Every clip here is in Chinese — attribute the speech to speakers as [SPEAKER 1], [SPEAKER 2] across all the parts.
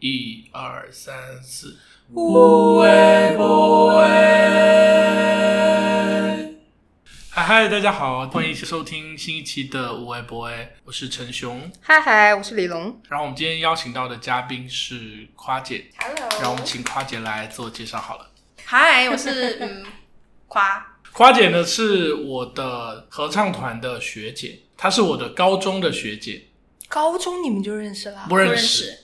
[SPEAKER 1] 一二三四，
[SPEAKER 2] 不为不为。
[SPEAKER 1] 嗨嗨，大家好，欢迎收听新一期的无微博诶，我是陈雄。
[SPEAKER 2] 嗨嗨，我是李龙。
[SPEAKER 1] 然后我们今天邀请到的嘉宾是夸姐，然后我
[SPEAKER 3] Hello，
[SPEAKER 1] 们请夸姐来自我介绍好了。
[SPEAKER 3] 嗨，我是嗯夸，
[SPEAKER 1] 夸姐呢是我的合唱团的学姐，她是我的高中的学姐，
[SPEAKER 2] 高中你们就认识了？啊
[SPEAKER 1] 不
[SPEAKER 3] 不
[SPEAKER 1] 认识，，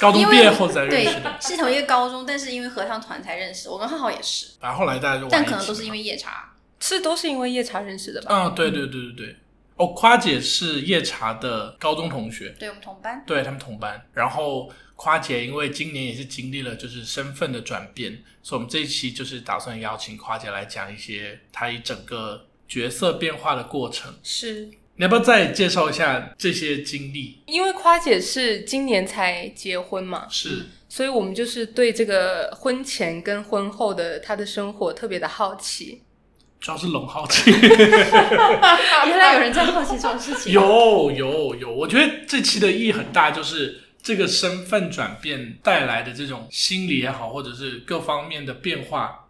[SPEAKER 1] 高中
[SPEAKER 3] 因
[SPEAKER 1] 毕
[SPEAKER 3] 为
[SPEAKER 1] 业后才认
[SPEAKER 3] 对
[SPEAKER 1] 识的。，
[SPEAKER 3] 是同一个高中，但是因为合唱团才认识。我跟浩浩也是，
[SPEAKER 1] 然后后来大家就玩
[SPEAKER 3] 但
[SPEAKER 1] 一
[SPEAKER 3] 可能
[SPEAKER 1] 起
[SPEAKER 3] 都是
[SPEAKER 1] 嘛
[SPEAKER 3] 因为夜茶。
[SPEAKER 2] 是都是因为夜茶认识的吧？
[SPEAKER 1] 嗯，对对对对对。哦，夸姐是夜茶的高中同学，
[SPEAKER 3] 对我们同班，
[SPEAKER 1] 对他们同班。然后夸姐因为今年也是经历了就是身份的转变，所以我们这一期就是打算邀请夸姐来讲一些她一整个角色变化的过程。
[SPEAKER 2] 是
[SPEAKER 1] 你要不要再介绍一下这些经历？
[SPEAKER 2] 因为夸姐是今年才结婚嘛，
[SPEAKER 1] 是
[SPEAKER 2] 所以我们就是对这个婚前跟婚后的她的生活特别的好 奇。
[SPEAKER 1] 主要是龙 好奇，
[SPEAKER 3] 啊原来有人在好奇这种事 情。
[SPEAKER 1] 有有有，我觉得这期的意义很大，就是这个身份转变带来的这种心理也好，或者是各方面的变化，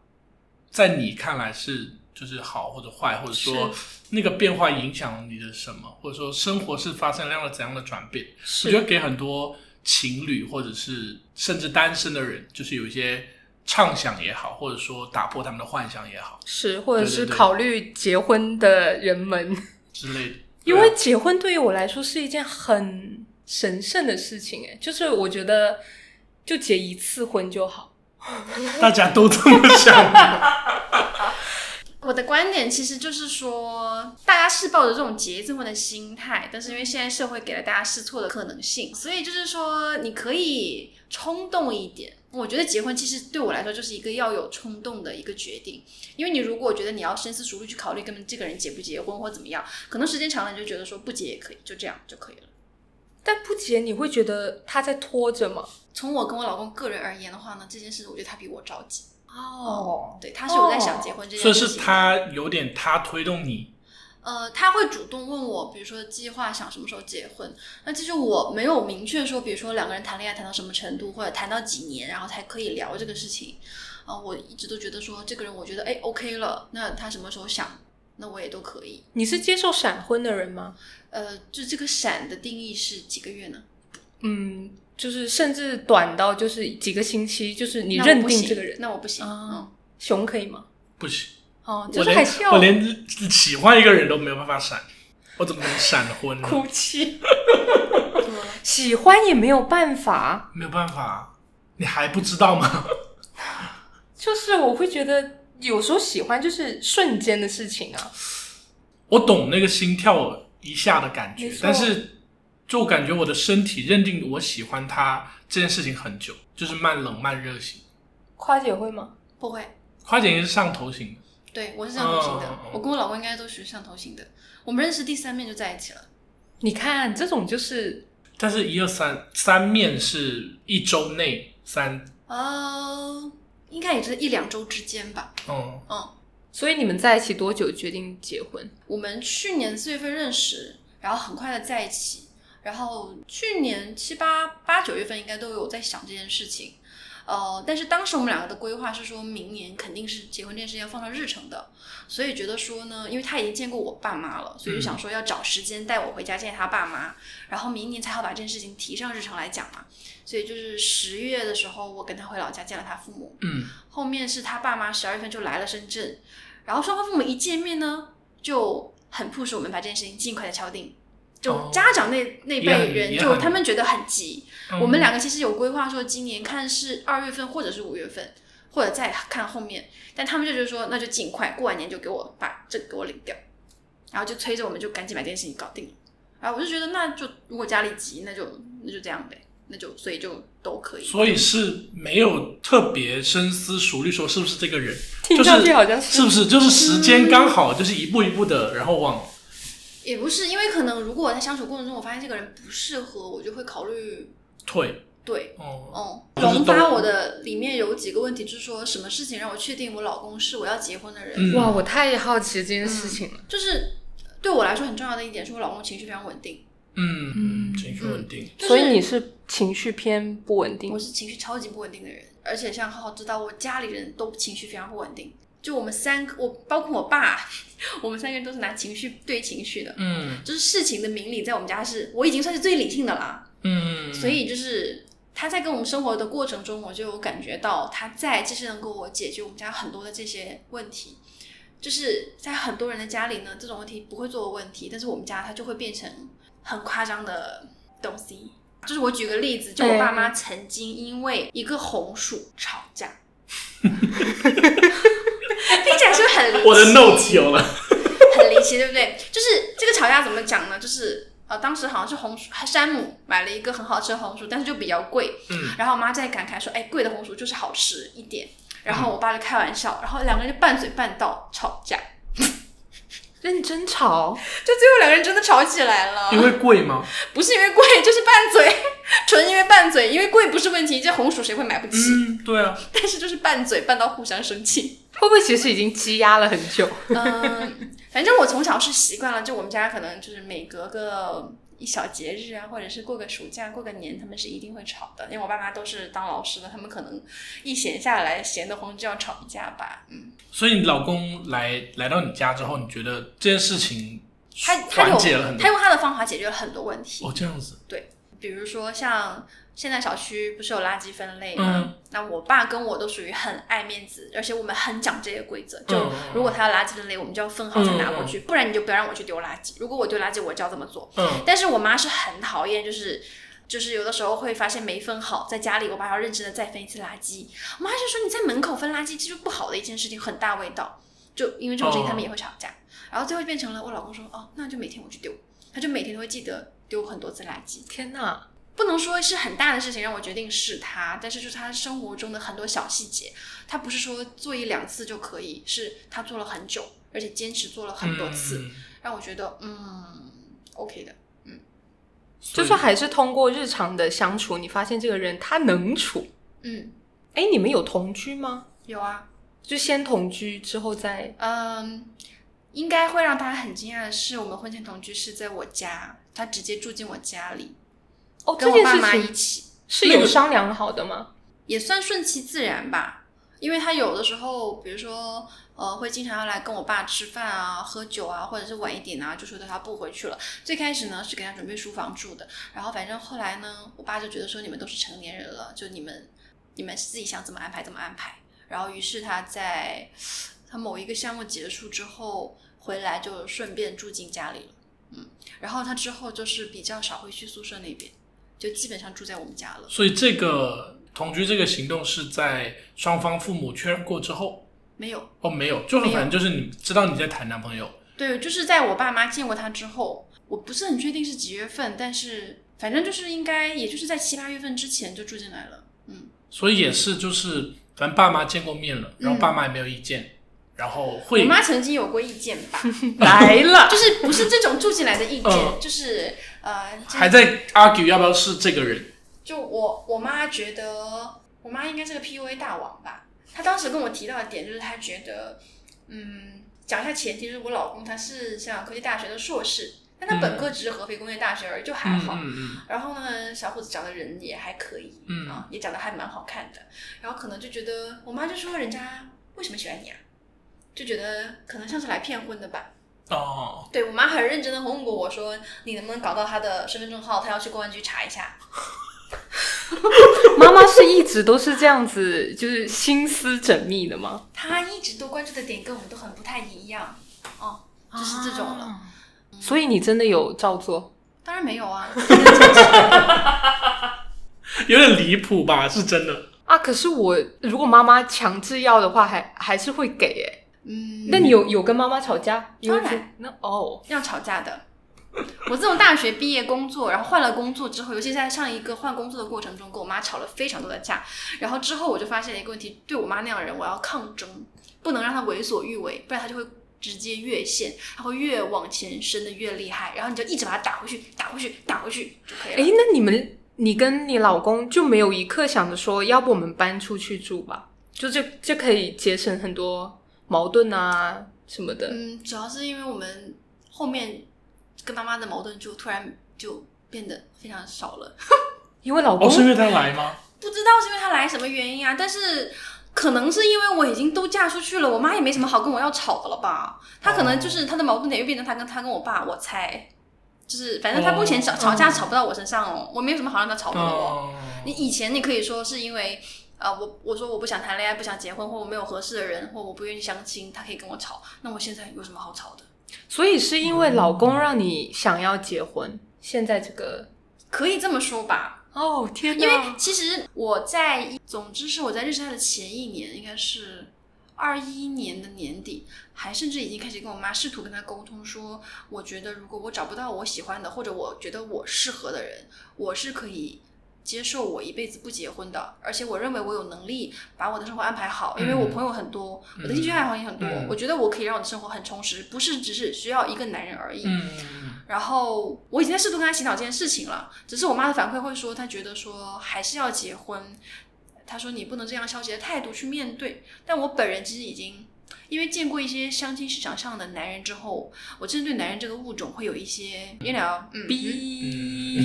[SPEAKER 1] 在你看来是就是好或者坏，或者说那个变化影响了你的什么，或者说生活是发生了怎样的转变？我觉得
[SPEAKER 2] 是
[SPEAKER 1] 给很多情侣或者是甚至单身的人，就是有一些畅想也好，或者说打破他们的幻想也好
[SPEAKER 2] 是，或者
[SPEAKER 1] 对对
[SPEAKER 2] 是
[SPEAKER 1] 对啊
[SPEAKER 2] 考虑结婚的人们，
[SPEAKER 1] 之类的。
[SPEAKER 2] 因为结婚对于我来说是一件很神圣的事情，哎，就是我觉得就结一次婚就好。
[SPEAKER 1] 啊大家都这么想。
[SPEAKER 3] 我的观点其实就是说，大家是抱着这种结一次婚的心态，但是因为现在社会给了大家试错的可能性，所以就是说你可以冲动一点。我觉得结婚其实对我来说就是一个要有冲动的一个决定，因为你如果觉得你要深思熟虑去考虑跟这个人结不结婚或怎么样，可能时间长了你就觉得说不结也可以，就这样就可以了。
[SPEAKER 2] 但不结你会觉得他在拖着吗？
[SPEAKER 3] 从我跟我老公个人而言的话呢，这件事我觉得他比我着急，
[SPEAKER 2] 哦，
[SPEAKER 3] 对，他是有在想结婚这件
[SPEAKER 1] 所
[SPEAKER 3] 事
[SPEAKER 1] 以
[SPEAKER 3] 情的。
[SPEAKER 1] 是他有点他推动你，
[SPEAKER 3] 呃，他会主动问我，比如说计划想什么时候结婚。那其实我没有明确说，比如说两个人谈恋爱谈到什么程度，或者谈到几年，然后才可以聊这个事情。啊、我一直都觉得说，这个人我觉得哎 OK 了，那他什么时候想，那我也都可以。
[SPEAKER 2] 你是接受闪婚的人吗？
[SPEAKER 3] 呃，就这个闪的定义是几个月呢？
[SPEAKER 2] 嗯，就是甚至短到就是几个星期，就是你
[SPEAKER 3] 那我
[SPEAKER 2] 认
[SPEAKER 3] 不
[SPEAKER 2] 定
[SPEAKER 3] 行
[SPEAKER 2] 这个人，
[SPEAKER 3] 那我不行。
[SPEAKER 2] 啊
[SPEAKER 3] 嗯，
[SPEAKER 2] 熊可以吗？
[SPEAKER 1] 不行，
[SPEAKER 2] 哦，
[SPEAKER 1] 我
[SPEAKER 2] 就是还
[SPEAKER 1] 连
[SPEAKER 2] 是要
[SPEAKER 1] 我连喜欢一个人都没有办法闪，我怎么能闪婚呢？
[SPEAKER 2] 哭泣，
[SPEAKER 3] 嗯
[SPEAKER 2] 喜欢也没有办法，
[SPEAKER 1] 没有办法，啊你还不知道吗？
[SPEAKER 2] 就是我会觉得有时候喜欢就是瞬间的事情啊，
[SPEAKER 1] 我懂那个心跳一下的感觉
[SPEAKER 2] 没，错
[SPEAKER 1] 但是就感觉我的身体认定我喜欢他这件事情很久，就是慢冷慢热型。
[SPEAKER 2] 夸姐会吗？
[SPEAKER 3] 不会。
[SPEAKER 1] 夸姐也是上头型的，
[SPEAKER 3] 对，我是上头型的。
[SPEAKER 1] 哦
[SPEAKER 3] 我跟我老公应该都属于上头型的。我们认识第三面就在一起了。
[SPEAKER 2] 你看这种就是
[SPEAKER 1] 但是一二三三面是一周内三，
[SPEAKER 3] 呃，应该也就是一两周之间吧。
[SPEAKER 1] 嗯，
[SPEAKER 3] 嗯，
[SPEAKER 2] 所以你们在一起多久决定结婚？
[SPEAKER 3] 我们去年四月份认识，然后很快的在一起，然后去年七八八九月份应该都有在想这件事情。呃，但是当时我们两个的规划是说明年肯定是结婚这件事情要放上日程的，所以觉得说呢，因为他已经见过我爸妈了，所以就想说要找时间带我回家见他爸妈，然后明年才好把这件事情提上日程来讲嘛。所以就是十月的时候，我跟他回老家见了他父母，
[SPEAKER 1] 嗯，
[SPEAKER 3] 后面是他爸妈十二月份就来了深圳，然后双方父母一见面呢，就很 push 我们把这件事情尽快的敲定。
[SPEAKER 1] 哦
[SPEAKER 3] 就家长那、那
[SPEAKER 1] 也很
[SPEAKER 3] 辈人，
[SPEAKER 1] 也
[SPEAKER 3] 就
[SPEAKER 1] 很
[SPEAKER 3] 他们觉得很急。
[SPEAKER 1] 嗯
[SPEAKER 3] 我们两个其实有规划说，今年看是二月份或者是五月份，或者再看后面。但他们就觉得说，那就尽快过完年就给我把这个给我领掉，然后就催着我们就赶紧把这件事情搞定。然后我就觉得，那就如果家里急，那就那就这样呗，那就所以就都可以。
[SPEAKER 1] 所以是没有特别深思熟虑，说是不是这个人，
[SPEAKER 2] 听上去好像
[SPEAKER 1] 是不是就是时间刚好，就是一步一步的，然后往
[SPEAKER 3] 也不是，因为可能如果我在相处过程中，我发现这个人不适合，我就会考虑
[SPEAKER 1] 退。
[SPEAKER 3] 对，
[SPEAKER 1] 哦，
[SPEAKER 3] 嗯，
[SPEAKER 1] 就是
[SPEAKER 3] 萌
[SPEAKER 1] 都
[SPEAKER 3] 发我的里面有几个问题，就是说什么事情让我确定我老公是我要结婚的人，
[SPEAKER 1] 嗯
[SPEAKER 2] 哇，我太好奇这件事情了。
[SPEAKER 3] 就是对我来说很重要的一点是我老公情绪非常稳定，
[SPEAKER 1] 嗯
[SPEAKER 2] 嗯
[SPEAKER 1] 情绪稳定，
[SPEAKER 3] 就是
[SPEAKER 2] 所以你是情绪偏不稳定
[SPEAKER 3] 我，是情绪超级不稳定的人，而且像浩浩知道，我家里人都情绪非常不稳定。就我们三个，我包括我爸， 我们三个人都是拿情绪对情绪的。
[SPEAKER 1] 嗯
[SPEAKER 3] 就是事情的明理，在我们家是我已经算是最理性的啦。
[SPEAKER 1] 嗯，
[SPEAKER 3] 所以就是他在跟我们生活的过程中，我就有感觉到他在其实能给我解决我们家很多的这些问题。就是在很多人的家里呢，这种问题不会作为问题，但是我们家它就会变成很夸张的东西。就是我举个例子，就我爸妈曾经因为一个红薯吵架， 听起来是不是很离奇？
[SPEAKER 1] 我的 note 有了，
[SPEAKER 3] 很离奇，对不对？就是这个吵架怎么讲呢？就是呃，当时好像是红薯，山姆买了一个很好吃的红薯，但是就比较贵。
[SPEAKER 1] 嗯
[SPEAKER 3] 然后我妈在感慨说：“哎，贵的红薯就是好吃一点。”然后我爸就开玩笑，然后两个人就拌嘴拌到吵架，
[SPEAKER 2] 认真吵，
[SPEAKER 3] 就最后两个人真的吵起来了。
[SPEAKER 1] 因为贵吗？
[SPEAKER 3] 不是因为贵，就是拌嘴， 纯因为拌嘴。因为贵不是问题，这红薯谁会买不起？
[SPEAKER 1] 嗯，对啊，
[SPEAKER 3] 但是就是拌嘴拌到互相生气。
[SPEAKER 2] 会不会其实已经积压了很久？
[SPEAKER 3] 嗯，反正我从小是习惯了，就我们家可能就是每隔个一小节日啊，或者是过个暑假、过个年，他们是一定会吵的。因为我爸妈都是当老师的，他们可能一闲下来闲得慌就要吵一架吧。嗯，
[SPEAKER 1] 所以你老公来来到你家之后，你觉得这件事情
[SPEAKER 3] 他他
[SPEAKER 1] 缓
[SPEAKER 3] 有
[SPEAKER 1] 解了很
[SPEAKER 3] 他
[SPEAKER 1] 多？
[SPEAKER 3] 用他的方法解决了很多问题，
[SPEAKER 1] 嗯哦，这样子，
[SPEAKER 3] 比如说像现在小区不是有垃圾分类吗？
[SPEAKER 1] 嗯
[SPEAKER 3] 那我爸跟我都属于很爱面子，而且我们很讲这些规则。
[SPEAKER 1] 嗯
[SPEAKER 3] 就
[SPEAKER 1] 嗯嗯
[SPEAKER 3] 如果他有垃圾分类，我们就要分好再拿
[SPEAKER 1] 嗯嗯
[SPEAKER 3] 过去，不然你就不要让我去丢垃圾。如果我丢垃圾，我就要这么做。
[SPEAKER 1] 嗯
[SPEAKER 3] 但是我妈是很讨厌，就是就是有的时候会发现没分好，在家里我爸要认真的再分一次垃圾，我妈就说你在门口分垃圾，这就不好的一件事情，很大味道。就因为这种事情，
[SPEAKER 1] 哦
[SPEAKER 3] 他们也会吵架，然后最后变成了我老公说哦，那就每天我去丢，他就每天都会记得丢很多次垃圾。
[SPEAKER 2] 天哪，
[SPEAKER 3] 不能说是很大的事情让我决定是他，但是就是他生活中的很多小细节，他不是说做一两次就可以，是他做了很久，而且坚持做了很多次，
[SPEAKER 1] 嗯
[SPEAKER 3] 让我觉得嗯 OK 的。
[SPEAKER 1] 所
[SPEAKER 2] 就
[SPEAKER 1] 以
[SPEAKER 2] 是还是通过日常的相处，你发现这个人他能处。
[SPEAKER 3] 嗯，
[SPEAKER 2] 哎，你们有同居吗？
[SPEAKER 3] 有啊，
[SPEAKER 2] 就先同居之后再
[SPEAKER 3] 嗯，应该会让他很惊讶的是，我们婚前同居是在我家，他直接住进我家里，
[SPEAKER 2] 哦，
[SPEAKER 3] 跟
[SPEAKER 2] 这
[SPEAKER 3] 我
[SPEAKER 2] 件
[SPEAKER 3] 爸
[SPEAKER 2] 事
[SPEAKER 3] 妈一
[SPEAKER 2] 情
[SPEAKER 3] 起，
[SPEAKER 2] 是
[SPEAKER 1] 那
[SPEAKER 2] 有
[SPEAKER 1] 个
[SPEAKER 2] 商量好的吗？
[SPEAKER 3] 也算顺其自然吧。因为他有的时候，比如说，呃，会经常要来跟我爸吃饭啊、喝酒啊，或者是晚一点啊，就说他不回去了。最开始呢是给他准备书房住的，然后反正后来呢，我爸就觉得说你们都是成年人了，就你们你们自己想怎么安排怎么安排。然后于是他在他某一个项目结束之后回来，就顺便住进家里了。嗯，然后他之后就是比较少会去宿舍那边，就基本上住在我们家了。
[SPEAKER 1] 所以这个同居这个行动是在双方父母确认过之后，
[SPEAKER 3] 没有，
[SPEAKER 1] 哦，没有，就是
[SPEAKER 3] 没有
[SPEAKER 1] 反正就是你知道你在谈男朋友，
[SPEAKER 3] 对，就是在我爸妈见过他之后，我不是很确定是几月份，但是反正就是应该也就是在七八月份之前就住进来了。嗯，
[SPEAKER 1] 所以也是就是反正爸妈见过面了，然后
[SPEAKER 3] 嗯
[SPEAKER 1] 爸妈也没有意见，然后
[SPEAKER 3] 我
[SPEAKER 1] 会
[SPEAKER 3] 妈曾经有过意见 吧，
[SPEAKER 2] 来了，
[SPEAKER 3] 就是不是这种住进来的意
[SPEAKER 1] 嗯
[SPEAKER 3] 见，就是呃，这
[SPEAKER 1] 还在 argue 要不要是这个人，
[SPEAKER 3] 就我我妈觉得，我妈应该是个 PUA 大王吧。她当时跟我提到的点就是，她觉得，嗯，讲一下前提，就是我老公他是像科技大学的硕士，但他本科只是合肥工业大学而已，就还
[SPEAKER 1] 嗯
[SPEAKER 3] 好。
[SPEAKER 1] 嗯嗯，
[SPEAKER 3] 然后呢，小伙子长得人也还可以，
[SPEAKER 1] 嗯
[SPEAKER 3] 啊，也长得还蛮好看的。然后可能就觉得，我妈就说人家为什么喜欢你啊？就觉得可能像是来骗婚的吧。
[SPEAKER 1] 哦，
[SPEAKER 3] 对我妈很认真的问过我说，你能不能搞到他的身份证号？她要去公安局查一下。
[SPEAKER 2] 妈妈是一直都是这样子，就是心思缜密的吗？
[SPEAKER 3] 她一直都关注的点跟我们都很不太一样，哦，就是这种了。
[SPEAKER 2] 啊所以你真的有照做？
[SPEAKER 3] 当然没有啊，
[SPEAKER 1] 有点离谱吧，是真的，
[SPEAKER 2] 啊，可是我如果妈妈强制要的话，还还是会给诶。
[SPEAKER 3] 嗯，
[SPEAKER 2] 那你有有跟妈妈吵架？因为
[SPEAKER 3] 当然
[SPEAKER 2] 那哦，
[SPEAKER 3] 要吵架的。我自从大学毕业工作，然后换了工作之后，尤其在上一个换工作的过程中，跟我妈吵了非常多的架。然后之后我就发现了一个问题，对我妈那样的人，我要抗争，不能让她为所欲为，不然她就会直接越线，她会越往前伸的越厉害。然后你就一直把她打回去，打回去，打回去就可以
[SPEAKER 2] 哎，
[SPEAKER 3] 了。
[SPEAKER 2] 那你们你跟你老公就没有一刻想着说，要不我们搬出去住吧？就这这可以节省很多矛盾啊什么的。
[SPEAKER 3] 嗯嗯，主要是因为我们后面跟妈妈的矛盾就突然就变得非常少了。
[SPEAKER 2] 因为老公、
[SPEAKER 1] 哦，是因为他来吗？
[SPEAKER 3] 不知道是因为他来什么原因啊，但是可能是因为我已经都嫁出去了，我妈也没什么好跟我要吵的了吧？她可能就是她的矛盾点又变成她跟她跟我爸，我猜，就是反正她目前吵、
[SPEAKER 1] 哦
[SPEAKER 3] 吵架吵不到我身上哦，我没有什么好让她吵的了哦。
[SPEAKER 1] 哦，
[SPEAKER 3] 你以前你可以说是因为。啊、我我说我不想谈恋爱，不想结婚，或我没有合适的人，或我不愿意相亲，她可以跟我吵。那我现在有什么好吵的？
[SPEAKER 2] 所以是因为老公让你想要结婚，现在这个
[SPEAKER 3] 可以这么说吧？
[SPEAKER 2] 哦天
[SPEAKER 3] 因为其实我在，总之是我在认识他的前一年，应该是二一年的年底，还甚至已经开始跟我妈试图跟她沟通说，我觉得如果我找不到我喜欢的，或者我觉得我适合的人，我是可以。接受我一辈子不结婚的，而且我认为我有能力把我的生活安排好，因为我
[SPEAKER 1] 嗯
[SPEAKER 3] 朋友很多，我
[SPEAKER 1] 嗯
[SPEAKER 3] 的兴趣爱好也很多，
[SPEAKER 1] 嗯
[SPEAKER 3] 我觉得我可以让我的生活很充实，不是只是需要一个男人而已。
[SPEAKER 1] 嗯，
[SPEAKER 3] 然后我已经在试图跟他洗脑这件事情了，只是我妈的反馈会说，她觉得说还是要结婚，她说你不能这样消极的态度去面对。但我本人其实已经因为见过一些相亲市场上的男人之后，我真的对男人这个物种会有一些医疗嗯，
[SPEAKER 2] 逼，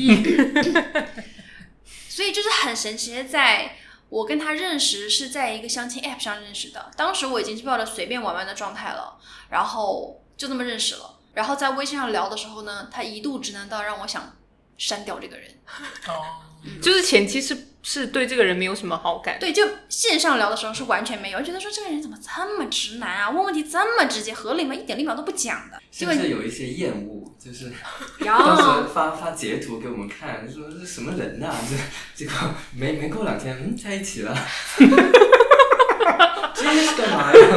[SPEAKER 3] 所以就是很神奇的在。我跟他认识是在一个相亲 app 上认识的，当时我已经是抱着随便玩玩的状态了，然后就这么认识了。然后在微信上聊的时候呢，他一度直男到让我想删掉这个人。
[SPEAKER 1] 哦，
[SPEAKER 2] 就是前期是是对这个人没有什么好感，
[SPEAKER 3] 对，就线上聊的时候是完全没有，觉得说这个人怎么这么直男啊，问问题这么直接，合理吗？一点立马都不讲的。
[SPEAKER 4] 是不是有一些厌恶？就是
[SPEAKER 3] 然
[SPEAKER 4] 当
[SPEAKER 3] 后
[SPEAKER 4] 时发发截图给我们看，说这什么人呐、这结果没没过两天，嗯，在一起了。 这是干嘛呀？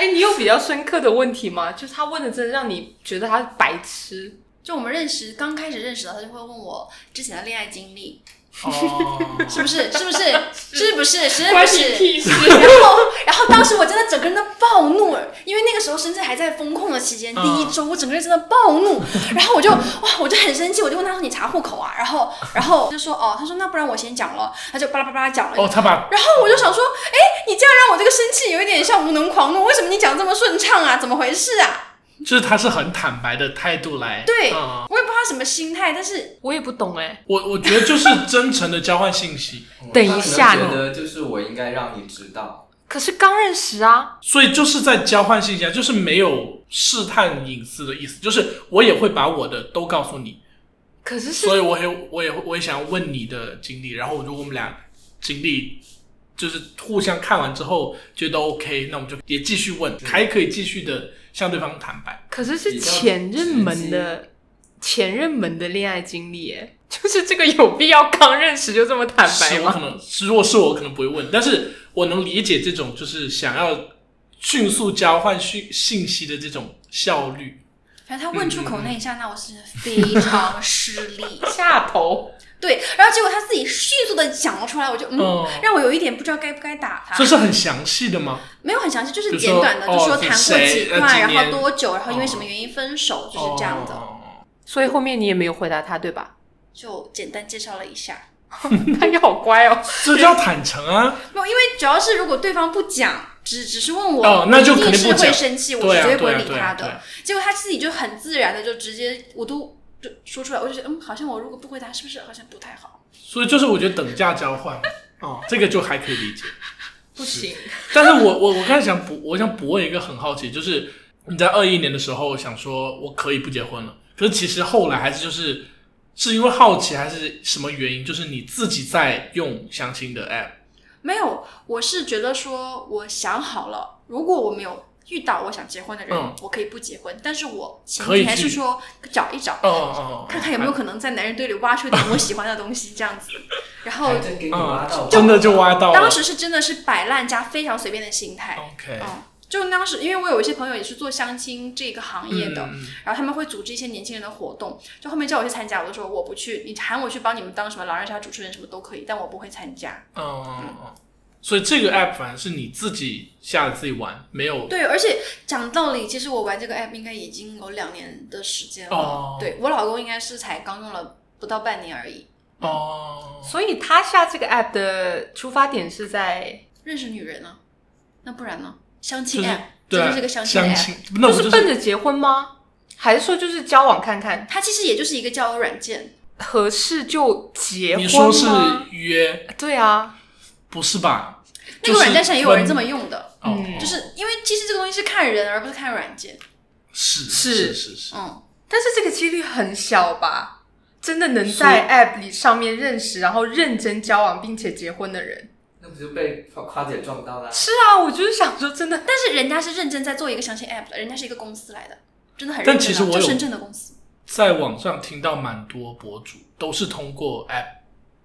[SPEAKER 2] 哎，你有比较深刻的问题吗？就是他问的真的让你觉得他白痴，
[SPEAKER 3] 就我们认识刚开始认识的，他就会问我之前的恋爱经历，
[SPEAKER 1] 哦，
[SPEAKER 3] 是 不是？是不是？是不是？是不
[SPEAKER 2] 关
[SPEAKER 3] 是
[SPEAKER 2] 你？屁事！
[SPEAKER 3] 然后， 然后当时我真的整个人都暴怒，因为那个时候深圳还在封控的期间，
[SPEAKER 1] 嗯
[SPEAKER 3] 第一周我整个人真的暴怒， 然后我就哇，我就很生气，我就问他说你查户口啊？然后，然后就说哦，他说那不然我先讲了，他就巴拉巴拉讲了，
[SPEAKER 1] 哦，他把
[SPEAKER 3] 然后我就想说，哎，你这样让我这个生气有一点像无能狂怒，为什么你讲得这么顺畅啊？怎么回事啊？
[SPEAKER 1] 就是他是很坦白的态度来，
[SPEAKER 3] 对
[SPEAKER 1] 嗯
[SPEAKER 3] 我也不知道他什么心态，但是
[SPEAKER 2] 我也不懂哎，
[SPEAKER 1] 我我觉得就是真诚的交换信息，
[SPEAKER 2] 等一下
[SPEAKER 4] 他可能觉得就是我应该让你知道，
[SPEAKER 2] 可是刚认识啊，
[SPEAKER 1] 所以就是在交换信息啊，就是没有试探隐私的意思，就是我也会把我的都告诉 你，
[SPEAKER 2] 可是是
[SPEAKER 1] 所以我也我也我也想要问你的经历，然后如果我们俩经历就是互相看完之后觉得 OK，那我们就也继续问，还可以继续的向对方坦白。
[SPEAKER 2] 可是是前任们的前任们的恋爱经历哎， 就是这个有必要刚认识就这么坦白
[SPEAKER 1] 是我可
[SPEAKER 2] 吗？
[SPEAKER 1] 能是如果是我可能不会问，但是我能理解这种就是想要迅速交换讯信息的这种效率。
[SPEAKER 3] 反正他问出口那一
[SPEAKER 1] 嗯
[SPEAKER 3] 刹那，我是非常失利。
[SPEAKER 2] 下头，
[SPEAKER 3] 对，然后结果他自己迅速的讲了出来，我就嗯，
[SPEAKER 1] 嗯
[SPEAKER 3] 让我有一点不知道该不该打他
[SPEAKER 1] 这。是很详细的吗？
[SPEAKER 3] 没有很详细，就
[SPEAKER 1] 比
[SPEAKER 3] 是
[SPEAKER 1] 如
[SPEAKER 3] 简
[SPEAKER 1] 说
[SPEAKER 3] 短的，就
[SPEAKER 1] 哦
[SPEAKER 3] 说
[SPEAKER 1] 是
[SPEAKER 3] 谈过
[SPEAKER 1] 谁
[SPEAKER 3] 几
[SPEAKER 1] 呃
[SPEAKER 3] 段，
[SPEAKER 1] 几
[SPEAKER 3] 然
[SPEAKER 1] 年
[SPEAKER 3] 后多久，然后因为
[SPEAKER 1] 哦
[SPEAKER 3] 什么原因分手，就是这样的，
[SPEAKER 1] 哦
[SPEAKER 2] 所以后面你也没有回答他对吧？
[SPEAKER 3] 就简单介绍了一下。
[SPEAKER 2] 他也好乖哦，
[SPEAKER 1] 这叫坦诚啊！
[SPEAKER 3] 没有，因为主要是如果对方不讲，只只是问我，
[SPEAKER 1] 哦那就
[SPEAKER 3] 我一
[SPEAKER 1] 肯
[SPEAKER 3] 定
[SPEAKER 1] 定
[SPEAKER 3] 是
[SPEAKER 1] 不讲
[SPEAKER 3] 会生气，我
[SPEAKER 1] 对
[SPEAKER 3] 是绝
[SPEAKER 1] 啊，
[SPEAKER 3] 不会
[SPEAKER 1] 对啊，
[SPEAKER 3] 理
[SPEAKER 1] 对
[SPEAKER 3] 他
[SPEAKER 1] 啊，
[SPEAKER 3] 的。
[SPEAKER 1] 对啊。
[SPEAKER 3] 结果他自己就很自然的就直接，我都就说出来，我就觉得嗯，好像我如果不回答，是不是好像不太好？
[SPEAKER 1] 所以就是我觉得等价交 换，哦，这个就还可以理解。
[SPEAKER 2] 不行，
[SPEAKER 1] 但是我我我刚才想补，我想补问一个很好奇，就是你在二一年的时候想说我可以不结婚了，可是其实后来还是就是是因为好奇还是什么原因，就是你自己在用相亲的 app，
[SPEAKER 3] 没有，我是觉得说，我想好了，如果我没有遇到我想结婚的人，
[SPEAKER 1] 嗯
[SPEAKER 3] 我可以不结婚，但是我前
[SPEAKER 1] 可以
[SPEAKER 3] 提还是
[SPEAKER 1] 去
[SPEAKER 3] 说找一找，
[SPEAKER 1] 哦哦，哦
[SPEAKER 3] 看看有没有可能在男人堆里挖出点我喜欢的东西，这样子。然后
[SPEAKER 4] 还真给你挖到
[SPEAKER 1] 嗯，真的就挖到了。
[SPEAKER 3] 当时是真的是摆烂加非常随便的心态，
[SPEAKER 1] OK，
[SPEAKER 3] 嗯，就当时因为我有一些朋友也是做相亲这个行业的，
[SPEAKER 1] 嗯
[SPEAKER 3] 然后他们会组织一些年轻人的活动，就后面叫我去参加，我就说我不去，你喊我去帮你们当什么狼人杀主持人什么都可以，但我不会参加。
[SPEAKER 1] 嗯嗯嗯，所以这个 app 反正是你自己下的自己玩，没有
[SPEAKER 3] 对，而且讲道理，其实我玩这个 app 应该已经有两年的时间了，
[SPEAKER 1] 哦
[SPEAKER 3] 对我老公应该是才刚用了不到半年而已。
[SPEAKER 1] 哦，
[SPEAKER 2] 所以他下这个 app 的出发点是在，
[SPEAKER 3] 认识女人呢、那不然呢？相
[SPEAKER 1] 就
[SPEAKER 3] 亲
[SPEAKER 1] 是
[SPEAKER 3] app，
[SPEAKER 1] 对
[SPEAKER 3] 这
[SPEAKER 1] 啊
[SPEAKER 3] 就是个相亲
[SPEAKER 1] 相
[SPEAKER 3] app。
[SPEAKER 1] 亲，那不
[SPEAKER 2] 是
[SPEAKER 1] 就
[SPEAKER 2] 奔
[SPEAKER 1] 是
[SPEAKER 2] 着结婚吗？还是说就是交往看看
[SPEAKER 3] 它其实也就是一个交友软件，
[SPEAKER 2] 合适就结婚
[SPEAKER 1] 你说是
[SPEAKER 2] 吗
[SPEAKER 1] 约，
[SPEAKER 2] 对啊，
[SPEAKER 1] 不是吧？
[SPEAKER 3] 那个软件
[SPEAKER 1] 就是
[SPEAKER 3] 上也有人
[SPEAKER 1] 分
[SPEAKER 3] 这么用的，
[SPEAKER 1] 哦
[SPEAKER 2] 嗯，
[SPEAKER 3] 就是因为其实这个东西是看人而不是看软件。
[SPEAKER 1] 是
[SPEAKER 2] 是
[SPEAKER 1] 是是是，
[SPEAKER 3] 嗯，
[SPEAKER 2] 但是这个几率很小吧？真的能在 App 里上面认识，然后认真交往并且结婚的人，
[SPEAKER 4] 那不就被夸夸姐撞到了？
[SPEAKER 2] 是啊，我就是想说，真的
[SPEAKER 3] 但是人家是认真在做一个相亲 app 的，人家是一个公司来的，真的很认真、
[SPEAKER 1] 但
[SPEAKER 3] 啊。
[SPEAKER 1] 其实我
[SPEAKER 3] 就
[SPEAKER 1] 有
[SPEAKER 3] 深圳的公司，
[SPEAKER 1] 在网上听到蛮多博主都是通过 App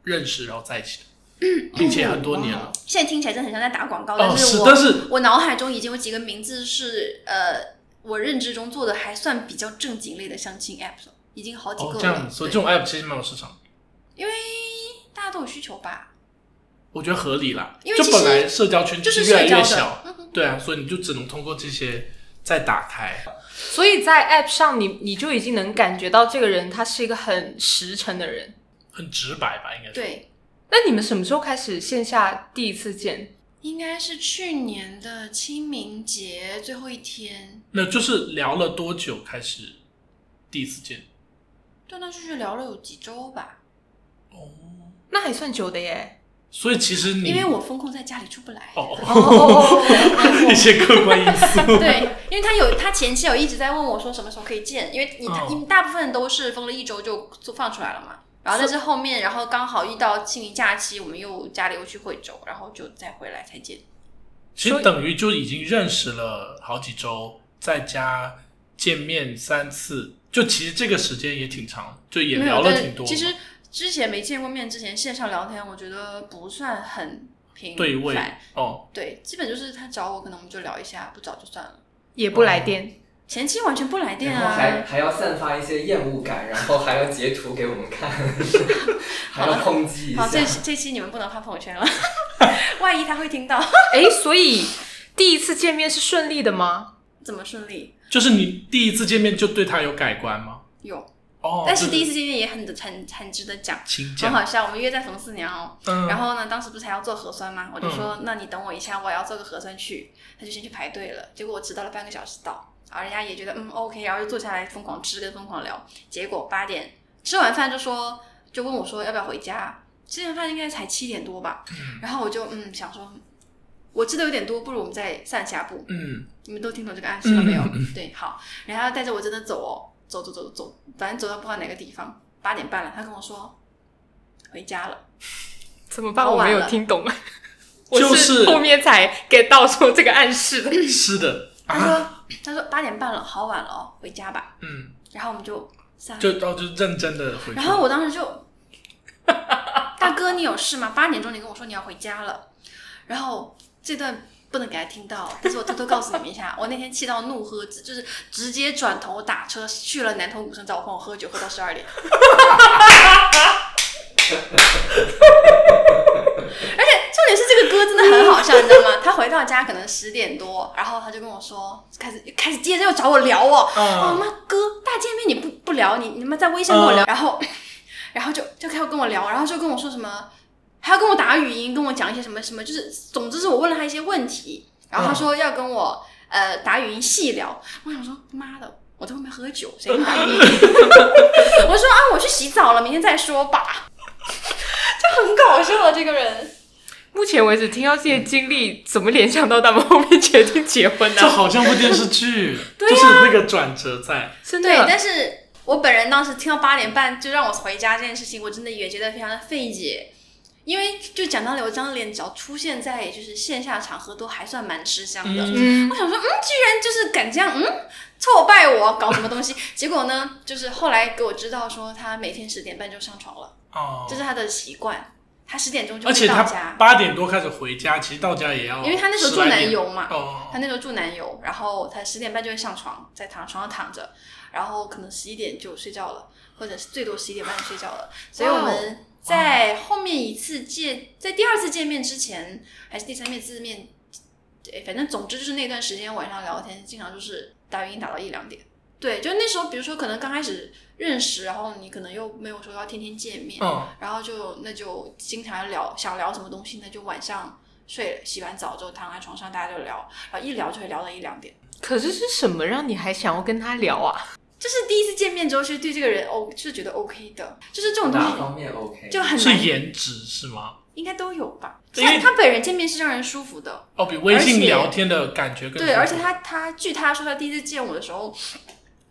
[SPEAKER 1] 认识然后在一起的，
[SPEAKER 3] 嗯
[SPEAKER 1] 并且很多年了。
[SPEAKER 3] 现在听起来真的很像在打广告，
[SPEAKER 1] 哦，
[SPEAKER 3] 是
[SPEAKER 1] 是，
[SPEAKER 3] 我
[SPEAKER 1] 但是
[SPEAKER 3] 我脑海中已经有几个名字是呃，我认知中做的还算比较正经类的相亲 app 了，已经好几
[SPEAKER 1] 哦
[SPEAKER 3] 个
[SPEAKER 1] 这
[SPEAKER 3] 了
[SPEAKER 1] 样，。所以
[SPEAKER 3] 对
[SPEAKER 1] 这种 App 其实蛮有市场，
[SPEAKER 3] 因为大家都有需求吧，
[SPEAKER 1] 我觉得合理啦。
[SPEAKER 3] 因为
[SPEAKER 1] 就
[SPEAKER 3] 其实
[SPEAKER 1] 本来社交圈
[SPEAKER 3] 就是
[SPEAKER 1] 越来
[SPEAKER 3] 社交
[SPEAKER 1] 越
[SPEAKER 3] 的
[SPEAKER 1] 小，，
[SPEAKER 3] 嗯哼
[SPEAKER 1] 对啊，所以你就只能通过这些再打开。
[SPEAKER 2] 所以在 App 上你，你就已经能感觉到这个人他是一个很实诚的人。
[SPEAKER 1] 很直白吧，应该是
[SPEAKER 3] 对，
[SPEAKER 2] 那你们什么时候开始线下第一次见？
[SPEAKER 3] 应该是去年的清明节最后一天，
[SPEAKER 1] 没有，就是聊了多久开始第一次见？
[SPEAKER 3] 断断续续聊了有几周吧，
[SPEAKER 1] 哦，
[SPEAKER 2] 那还算久的耶。
[SPEAKER 1] 所以其实你
[SPEAKER 3] 因为我风控在家里出不来。
[SPEAKER 1] 哦，
[SPEAKER 2] 哦 哦 哦
[SPEAKER 1] 一些客观因素，
[SPEAKER 3] 对，因为他有他前期有一直在问我说什么时候可以见，因为你、
[SPEAKER 1] 哦
[SPEAKER 3] 你大部分都是封了一周就做放出来了嘛。然后但是后面，然后刚好遇到清明假期，我们又家里又去惠州，然后就再回来才见。
[SPEAKER 1] 其实等于就已经认识了好几周，再加见面三次，就其实这个时间也挺长，就也
[SPEAKER 3] 没
[SPEAKER 1] 聊
[SPEAKER 3] 有，
[SPEAKER 1] 了
[SPEAKER 3] 但
[SPEAKER 1] 挺多。
[SPEAKER 3] 其实之前没见过面之前，线上聊天我觉得不算很频繁。
[SPEAKER 1] 对位哦，
[SPEAKER 3] 对，基本就是他找我，可能我们就聊一下，不找就算了。
[SPEAKER 2] 也不来电，
[SPEAKER 3] 前期完全不来电
[SPEAKER 4] 然后
[SPEAKER 3] 啊，
[SPEAKER 4] 还还要散发一些厌恶感，然后还要截图给我们看， 还要抨击一下
[SPEAKER 3] 好，。这这期你们不能发朋友圈 了，万一他会听到，
[SPEAKER 2] 哎，所以第一次见面是顺利的吗？
[SPEAKER 3] 怎么顺利？
[SPEAKER 1] 就是你第一次见面就对他有改观吗？
[SPEAKER 3] 有，
[SPEAKER 1] 哦，
[SPEAKER 3] 但是第一
[SPEAKER 1] 次
[SPEAKER 3] 次见面也很很很值得讲，
[SPEAKER 1] 请
[SPEAKER 3] 很
[SPEAKER 1] 讲，
[SPEAKER 3] 好笑。我们约在冯四娘哦，
[SPEAKER 1] 嗯，
[SPEAKER 3] 然后呢，当时不是还要做核酸吗？我就说，那你等我一下，我也要做个核酸去。他就先去排队了，结果我迟到了半个小时到，然后人家也觉得嗯 OK，然后就坐下来疯狂吃跟疯狂聊。结果八点吃完饭就说，就问我说要不要回家。吃完饭应该才七点多吧，然后我就嗯想说，我吃的有点多，不如我们再散下步。
[SPEAKER 1] 嗯，
[SPEAKER 3] 你们都听懂这个暗示了没有？对，好，然后带着我真的走哦，走走走走，反正走到不知道哪个地方，八点半了，他跟我说回家了。
[SPEAKER 2] 怎么办？
[SPEAKER 3] 我
[SPEAKER 2] 我
[SPEAKER 3] 晚
[SPEAKER 2] 没有
[SPEAKER 3] 了
[SPEAKER 2] 听懂，
[SPEAKER 1] 就
[SPEAKER 2] 我
[SPEAKER 1] 是
[SPEAKER 2] 后面才 get 到说这个暗示的。
[SPEAKER 1] 是的
[SPEAKER 3] 他说、
[SPEAKER 1] 啊，
[SPEAKER 3] 他说八点半了，好晚了哦，回家吧。
[SPEAKER 1] 嗯，
[SPEAKER 3] 然后我们就散了。
[SPEAKER 1] 就哦就认真的回去
[SPEAKER 3] 然，后我当时就， 大哥你有事吗？八点钟你跟我说你要回家了，然后这段。不能给他听到，但是我偷偷告诉你们一下， 我那天气到怒喝，直就是直接转头打车去了南通古城找我朋友喝酒，喝到十二点。 而且重点是这个歌真的很好笑，你知道吗？他回到家可能十点多，然后他就跟我说，开始开始接着又找我聊哦，哦
[SPEAKER 1] 嗯
[SPEAKER 3] 妈哥，大见面你不不聊，你你妈在微信跟我聊，然后然后就就开始跟我聊，然后就跟我说什么，还要跟我打语音，跟我讲一些什么什么，就是总之是我问了他一些问题，然后他说要跟我、呃打语音细聊，我想说妈的。我在外面喝酒，谁跟你打 语音？我说啊，我去洗澡了，明天再说吧。 就很搞笑啊，这个人。
[SPEAKER 2] 目前为止听到这些经历，怎么联想到他们后面决定结婚啊呢、
[SPEAKER 1] 这好像部电视 剧，
[SPEAKER 2] 对
[SPEAKER 3] 啊
[SPEAKER 1] 就是那个转折在，
[SPEAKER 2] 真
[SPEAKER 3] 对，
[SPEAKER 2] 的，
[SPEAKER 3] 但是我本人当时听到八点半就让我回家这件事情，我真的也觉得非常的费解，因为就讲到刘张脸，只要出现在就是线下场合，都还算蛮吃香的。
[SPEAKER 1] 嗯，
[SPEAKER 2] 嗯
[SPEAKER 3] 我，想说，嗯，居然就是敢这样，嗯，挫败我搞什么东西？ 结果呢，就是后来给我知道说，他每天十点半就上床了，
[SPEAKER 1] 哦
[SPEAKER 3] 这，是他的习惯，他十点钟就
[SPEAKER 1] 而且
[SPEAKER 3] 会到
[SPEAKER 1] 他哦
[SPEAKER 3] 家，
[SPEAKER 1] 八点多开始回家，其实到家也要，
[SPEAKER 3] 因为他那时候住南游嘛，
[SPEAKER 1] 哦
[SPEAKER 3] 他，那时候住南游，然后他十点半就会上床，在躺床上躺着，然后可能十一点就睡觉了，或者是最多十一点半就睡觉了。所以我们在后面一次见，在第二次见面之前，还是第三面次面，对，反正总之就是那段时间晚上聊天，经常就是打语音打到一两点。对，就那时候，比如说可能刚开始认识，然后你可能又没有说要天天见面，
[SPEAKER 1] 嗯，
[SPEAKER 3] 然后就那就经常聊，想聊什么东西呢？就晚上睡了，洗完澡之后躺在床上，大家就聊，然后一聊就会聊到一两点。
[SPEAKER 2] 可是是什么让你还想要跟他聊啊？
[SPEAKER 3] 就是第一次见面之后，其实对这个人哦，就是觉得 OK 的，就是这种东
[SPEAKER 4] 哪
[SPEAKER 3] 西
[SPEAKER 4] 方面 OK？
[SPEAKER 3] 就很
[SPEAKER 1] 是
[SPEAKER 3] 难，
[SPEAKER 1] 颜值是吗？
[SPEAKER 3] 应该都有吧。
[SPEAKER 1] 因为
[SPEAKER 3] 他他本人见面是让人舒服的，
[SPEAKER 1] 哦，比微信
[SPEAKER 3] 而且
[SPEAKER 1] 聊天的感觉更
[SPEAKER 3] 对，而
[SPEAKER 1] 舒
[SPEAKER 3] 且
[SPEAKER 1] 服
[SPEAKER 3] 他他据他说，他第一次见我的时候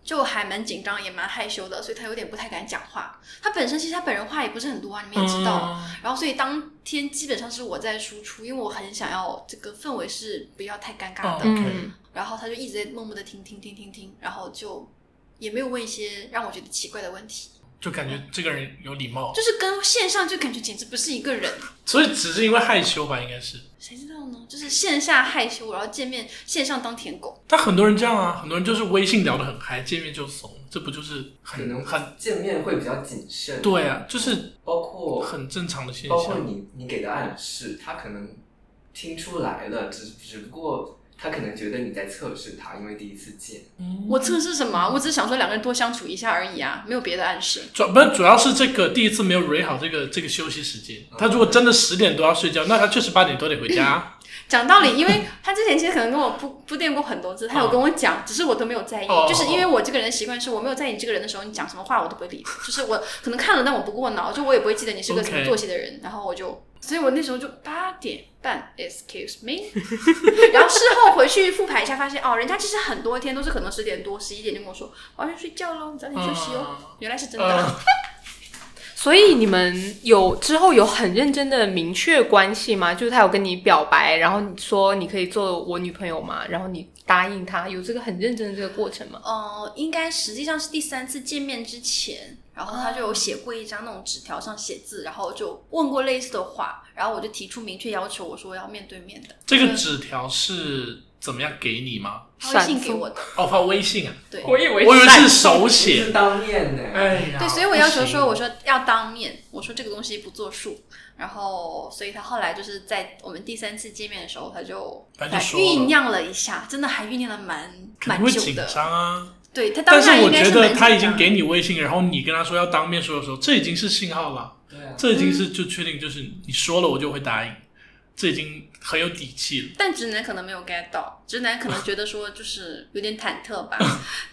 [SPEAKER 3] 就还蛮紧张，也蛮害羞的，所以他有点不太敢讲话。他本身其实他本人话也不是很多啊，你们也知道。
[SPEAKER 1] 嗯
[SPEAKER 3] 然后所以当天基本上是我在输出，因为我很想要这个氛围是不要太尴尬的。
[SPEAKER 1] 嗯
[SPEAKER 2] 嗯，
[SPEAKER 3] 然后他就一直在默默的听听听听听，然后就也没有问一些让我觉得奇怪的问题，
[SPEAKER 1] 就感觉这个人有礼貌，
[SPEAKER 3] 就是跟线上就感觉简直不是一个人。
[SPEAKER 1] 所以只是因为害羞吧，应该是。
[SPEAKER 3] 谁知道呢？就是线下害羞，然后见面线上当舔狗。
[SPEAKER 1] 但很多人这样啊，很多人就是微信聊得很嗨，见面就怂，这不就是
[SPEAKER 4] 可
[SPEAKER 1] 很
[SPEAKER 4] 能
[SPEAKER 1] 很
[SPEAKER 4] 见面会比较谨慎，
[SPEAKER 1] 对啊，就是
[SPEAKER 4] 包括
[SPEAKER 1] 很正常的现
[SPEAKER 4] 包括
[SPEAKER 1] 象。
[SPEAKER 4] 你你给的暗示，他可能听出来了，只只不过他可能觉得你在测试他，因为第一次见。
[SPEAKER 1] 嗯
[SPEAKER 3] 我测试什么啊？我只是想说两个人多相处一下而已啊，没有别的暗示。
[SPEAKER 1] 主不是主要是这个第一次没有 re 好这个这个休息时
[SPEAKER 4] 嗯
[SPEAKER 1] 间，他如果真的十点多要睡觉，那他确实八点多得回 家。
[SPEAKER 3] 讲道理，因为他之前其实可能跟我铺铺垫过很多次，他有跟我讲，只是我都没有在意，
[SPEAKER 1] 哦
[SPEAKER 3] 就是因为我这个人的习惯是我没有在意这个人的时候，你讲 什么话我都不会理，就是我可能看了，但我不过脑，就我也不会记得你是个
[SPEAKER 1] OK
[SPEAKER 3] 什么作息的人然后我就，所以我那时候就八点半，excuse me，然后事后回去复盘一下，发现哦，人家其实很多天都是可能十点多、十一点就跟我说，我要去睡觉喽，你早点休息哦，
[SPEAKER 1] 嗯
[SPEAKER 3] 原来是真的。
[SPEAKER 1] 呃，
[SPEAKER 2] 所以你们有之后有很认真的明确关系吗？就是他有跟你表白，然后你说你可以做我女朋友吗？然后你答应他，有这个很认真的这个过程吗？
[SPEAKER 3] 呃，应该实际上是第三次见面之前，然后他就有写过一张那种纸条上写字，然后就问过类似的话，然后我就提出明确要求，我说要面对面的，
[SPEAKER 1] 这个纸条是怎么样给你吗？
[SPEAKER 3] 他微信给我的，
[SPEAKER 1] 哦，发微信啊，
[SPEAKER 3] 对
[SPEAKER 2] 我以为
[SPEAKER 1] 我以为是手写
[SPEAKER 4] 是。当面的，
[SPEAKER 1] 哎呀，
[SPEAKER 3] 对，所以我要求
[SPEAKER 1] 不行
[SPEAKER 3] 说，我说要当面，我说这个东西不作数，然后所以他后来就是在我们第三次见面的时候，他就
[SPEAKER 1] 他就
[SPEAKER 3] 还
[SPEAKER 1] 说了
[SPEAKER 3] 酝酿了一下，真的还酝酿了蛮
[SPEAKER 1] 肯
[SPEAKER 3] 蛮
[SPEAKER 1] 定会
[SPEAKER 3] 久
[SPEAKER 1] 紧
[SPEAKER 3] 的，
[SPEAKER 1] 张啊。
[SPEAKER 3] 对他当
[SPEAKER 1] 但是
[SPEAKER 3] 下
[SPEAKER 1] 我
[SPEAKER 3] 应该
[SPEAKER 1] 觉
[SPEAKER 3] 是
[SPEAKER 1] 得
[SPEAKER 3] 蛮
[SPEAKER 1] 他已
[SPEAKER 3] 紧
[SPEAKER 1] 经
[SPEAKER 3] 张
[SPEAKER 1] 给你微信，然后你跟他说要当面说的时候，这已经是信号了，
[SPEAKER 4] 对啊，
[SPEAKER 1] 这已经
[SPEAKER 3] 嗯
[SPEAKER 1] 是就确定就是你说了我就会答应，这已经很有底气了。
[SPEAKER 3] 但直男可能没有 get 到，直男可能觉得说就是有点忐忑吧，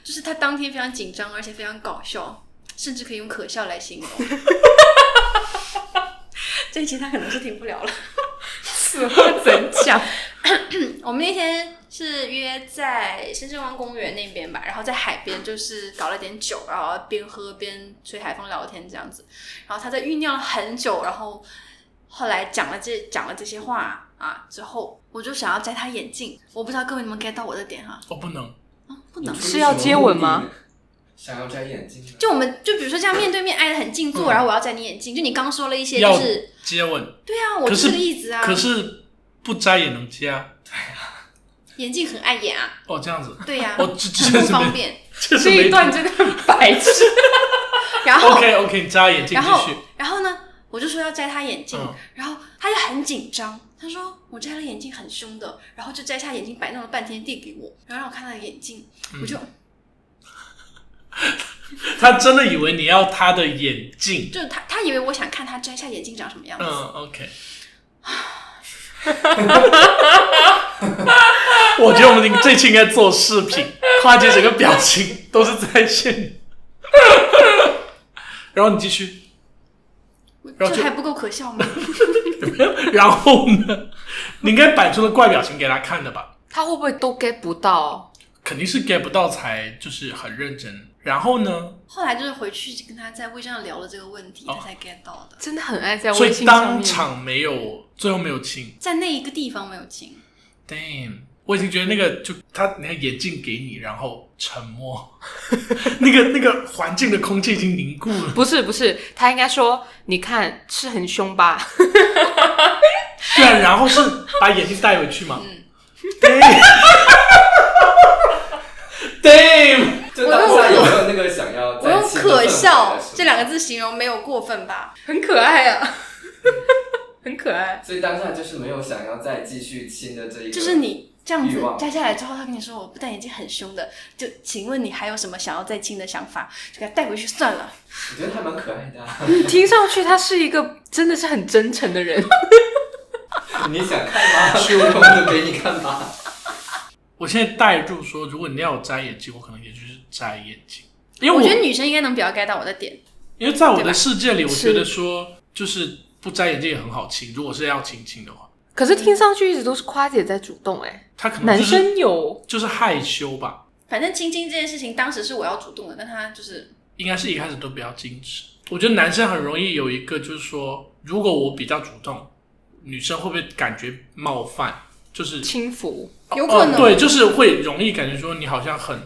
[SPEAKER 3] 就是他当天非常紧张，而且非常搞笑，甚至可以用可笑来形容。这一期他可能是听不了了。
[SPEAKER 2] 此话怎讲？
[SPEAKER 3] 我们那天是约在深圳湾公园那边吧，然后在海边就是搞了点酒，然后边喝边吹海风聊天这样子。然后他在酝酿了很久，然后后来讲了这讲了这些话啊之后，我就想要摘他眼镜。我不知道各位你们 get 到我的点哈、
[SPEAKER 1] 我不能，
[SPEAKER 3] 啊，不能
[SPEAKER 4] 你。出于
[SPEAKER 2] 是要
[SPEAKER 4] 什么
[SPEAKER 2] 接吻
[SPEAKER 4] 目的
[SPEAKER 2] 吗
[SPEAKER 4] 呢？想要摘眼镜吗？
[SPEAKER 3] 就我们就比如说这样面对面挨得很近坐，
[SPEAKER 1] 嗯
[SPEAKER 3] 然后我要摘你眼镜，就你刚说了一些
[SPEAKER 1] 要
[SPEAKER 3] 就是
[SPEAKER 1] 接吻，
[SPEAKER 3] 对啊，我
[SPEAKER 1] 可
[SPEAKER 3] 就是这个意思啊，
[SPEAKER 1] 可是不摘也能接啊。
[SPEAKER 3] 眼镜很碍眼啊，
[SPEAKER 1] 哦，这样子，
[SPEAKER 3] 对呀、
[SPEAKER 1] 哦，这
[SPEAKER 3] 很
[SPEAKER 1] 这
[SPEAKER 3] 不
[SPEAKER 1] 是
[SPEAKER 3] 方
[SPEAKER 1] 没，
[SPEAKER 3] 便。
[SPEAKER 1] 这 是
[SPEAKER 2] 这
[SPEAKER 1] 没
[SPEAKER 2] 一段真的很白痴。
[SPEAKER 3] 然后
[SPEAKER 1] OK OK，你摘眼镜
[SPEAKER 3] 然
[SPEAKER 1] 继
[SPEAKER 3] 后
[SPEAKER 1] 续。
[SPEAKER 3] 然后呢，我就说要摘他眼镜，
[SPEAKER 1] 嗯
[SPEAKER 3] 然后他就很紧张，他说我摘了眼镜很凶的，然后就摘下眼镜摆弄了半天递给我，然后让我看他的眼镜，
[SPEAKER 1] 嗯
[SPEAKER 3] 我就
[SPEAKER 1] 他真的以为你要他的眼镜。
[SPEAKER 3] 就是他他以为我想看他摘下眼镜长什么样子，
[SPEAKER 1] 嗯，OK。我觉得我们这期应该做视 频，跨界整个表情都是在线里。然后你继续，
[SPEAKER 3] 我
[SPEAKER 1] 然后
[SPEAKER 3] 这
[SPEAKER 1] 就
[SPEAKER 3] 还不够可笑吗？
[SPEAKER 1] 然后呢？你应该摆出了怪表情给他看的吧？
[SPEAKER 2] 他会不会都 get 不到？
[SPEAKER 1] 肯定是 get 不到才就是很认真。然后呢？
[SPEAKER 3] 后来就是回去跟他在微信上聊了这个问题，他
[SPEAKER 1] 哦
[SPEAKER 3] 才 get 到的。
[SPEAKER 2] 真的很爱在
[SPEAKER 1] 所
[SPEAKER 2] 微
[SPEAKER 1] 以
[SPEAKER 2] 信上
[SPEAKER 1] 当
[SPEAKER 2] 面。
[SPEAKER 1] 场没有，最后没有亲。
[SPEAKER 3] 在那一个地方没有亲，
[SPEAKER 1] Damn，我已经觉得那个就他，你看眼镜给你，然后沉默， 那个那个环境的空气已经凝固了。
[SPEAKER 2] 不是不是，他应该说，你看是很凶吧？
[SPEAKER 1] 对啊，然 后是把眼镜带回去嘛。Damn，Damn，
[SPEAKER 4] 就当下有没有那个想要
[SPEAKER 3] 我
[SPEAKER 4] 摘
[SPEAKER 3] 用
[SPEAKER 4] 亲的
[SPEAKER 3] 可
[SPEAKER 4] 氛围
[SPEAKER 3] 笑
[SPEAKER 4] 来说
[SPEAKER 3] 这两个字形容没有过分吧？
[SPEAKER 2] 很可爱啊， 很可爱。
[SPEAKER 4] 所以当下就是没有想要再继续亲的这一个，
[SPEAKER 3] 就是你这样子
[SPEAKER 4] 欲望
[SPEAKER 3] 摘下来之后，他跟你说我不戴眼镜很凶的，就请问你还有什么想要再亲的想法？就给他带回去算了。
[SPEAKER 4] 我觉得还蛮可爱的、啊，
[SPEAKER 2] 你听上去他是一个真的是很真诚的人，
[SPEAKER 4] 你想看吗？我就给你看吧。
[SPEAKER 1] 我现在代入说，如果你要我摘眼镜，我可能也就是摘眼镜。因为
[SPEAKER 3] 我
[SPEAKER 1] 我
[SPEAKER 3] 觉得女生应该能比较 get 到我的点。
[SPEAKER 1] 因为在我
[SPEAKER 3] 对吧
[SPEAKER 1] 的世界里，我觉
[SPEAKER 2] 是
[SPEAKER 1] 得说就是不摘眼镜也很好亲，如果是要亲亲的话，
[SPEAKER 2] 可是听上去一直都是夸姐在主动哎、
[SPEAKER 1] 他可能
[SPEAKER 2] 男
[SPEAKER 1] 就是
[SPEAKER 2] 生有
[SPEAKER 1] 就是害羞吧，
[SPEAKER 3] 反正亲亲这件事情，当时是我要主动的，但他就是
[SPEAKER 1] 应该是一开始都比较矜持。我觉得男生很容易有一个就是说，如果我比较主动，女生会不会感觉冒犯？就是
[SPEAKER 2] 轻浮，
[SPEAKER 3] 有可能、
[SPEAKER 1] 哦，对，就是会容易感觉说你好像很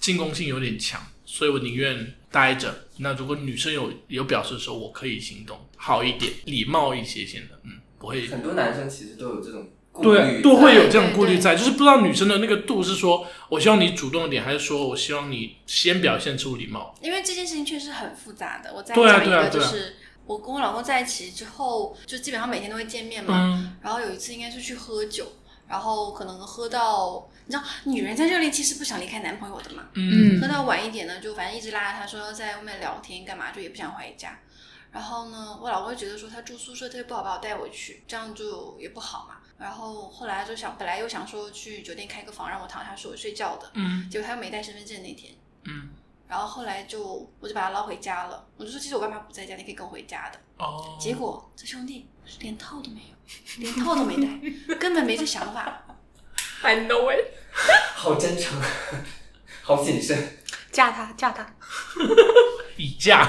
[SPEAKER 1] 进攻性有点强，所以我宁愿待着。那如果女生有有表示说我可以行动，好一点，礼貌一些些的，嗯，不会，
[SPEAKER 4] 很多男生其实都有这种顾
[SPEAKER 1] 对，
[SPEAKER 4] 虑，
[SPEAKER 1] 都会有这
[SPEAKER 3] 对
[SPEAKER 1] 种
[SPEAKER 3] 对
[SPEAKER 1] 顾虑在，就是不知道女生的那个度是说我希望你主动一点，还是说我希望你先表现出礼貌。
[SPEAKER 3] 因为这件事情确实很复杂的。我再
[SPEAKER 1] 对啊
[SPEAKER 3] 讲一
[SPEAKER 1] 对啊
[SPEAKER 3] 个，就
[SPEAKER 1] 对啊
[SPEAKER 3] 是我跟我老公在一起之后，就基本上每天都会见面嘛。
[SPEAKER 1] 嗯，
[SPEAKER 3] 然后有一次应该是去喝酒，然后可能喝到，你知道，女人在这里其实不想离开男朋友的嘛。
[SPEAKER 1] 嗯
[SPEAKER 3] 喝到晚一点呢，就反正一直拉着他说要在外面聊天干嘛，就也不想回家。然后呢，我老公就觉得说他住宿舍，他又不好把我带回去，这样就也不好嘛。然后后来就想，本来又想说去酒店开个房让我躺下睡睡觉的，
[SPEAKER 1] 嗯
[SPEAKER 3] 结果他又没带身份证那天。
[SPEAKER 1] 嗯，
[SPEAKER 3] 然后后来就我就把他捞回家了，我就说其实我爸妈不在家，你可以跟我回家的。
[SPEAKER 1] 哦，
[SPEAKER 3] 结果这兄弟连套都没有， 连套都没带，根本没这想法。
[SPEAKER 2] I know it，
[SPEAKER 4] 好真诚， 好谨慎。
[SPEAKER 2] 嫁他嫁他，
[SPEAKER 1] 以价，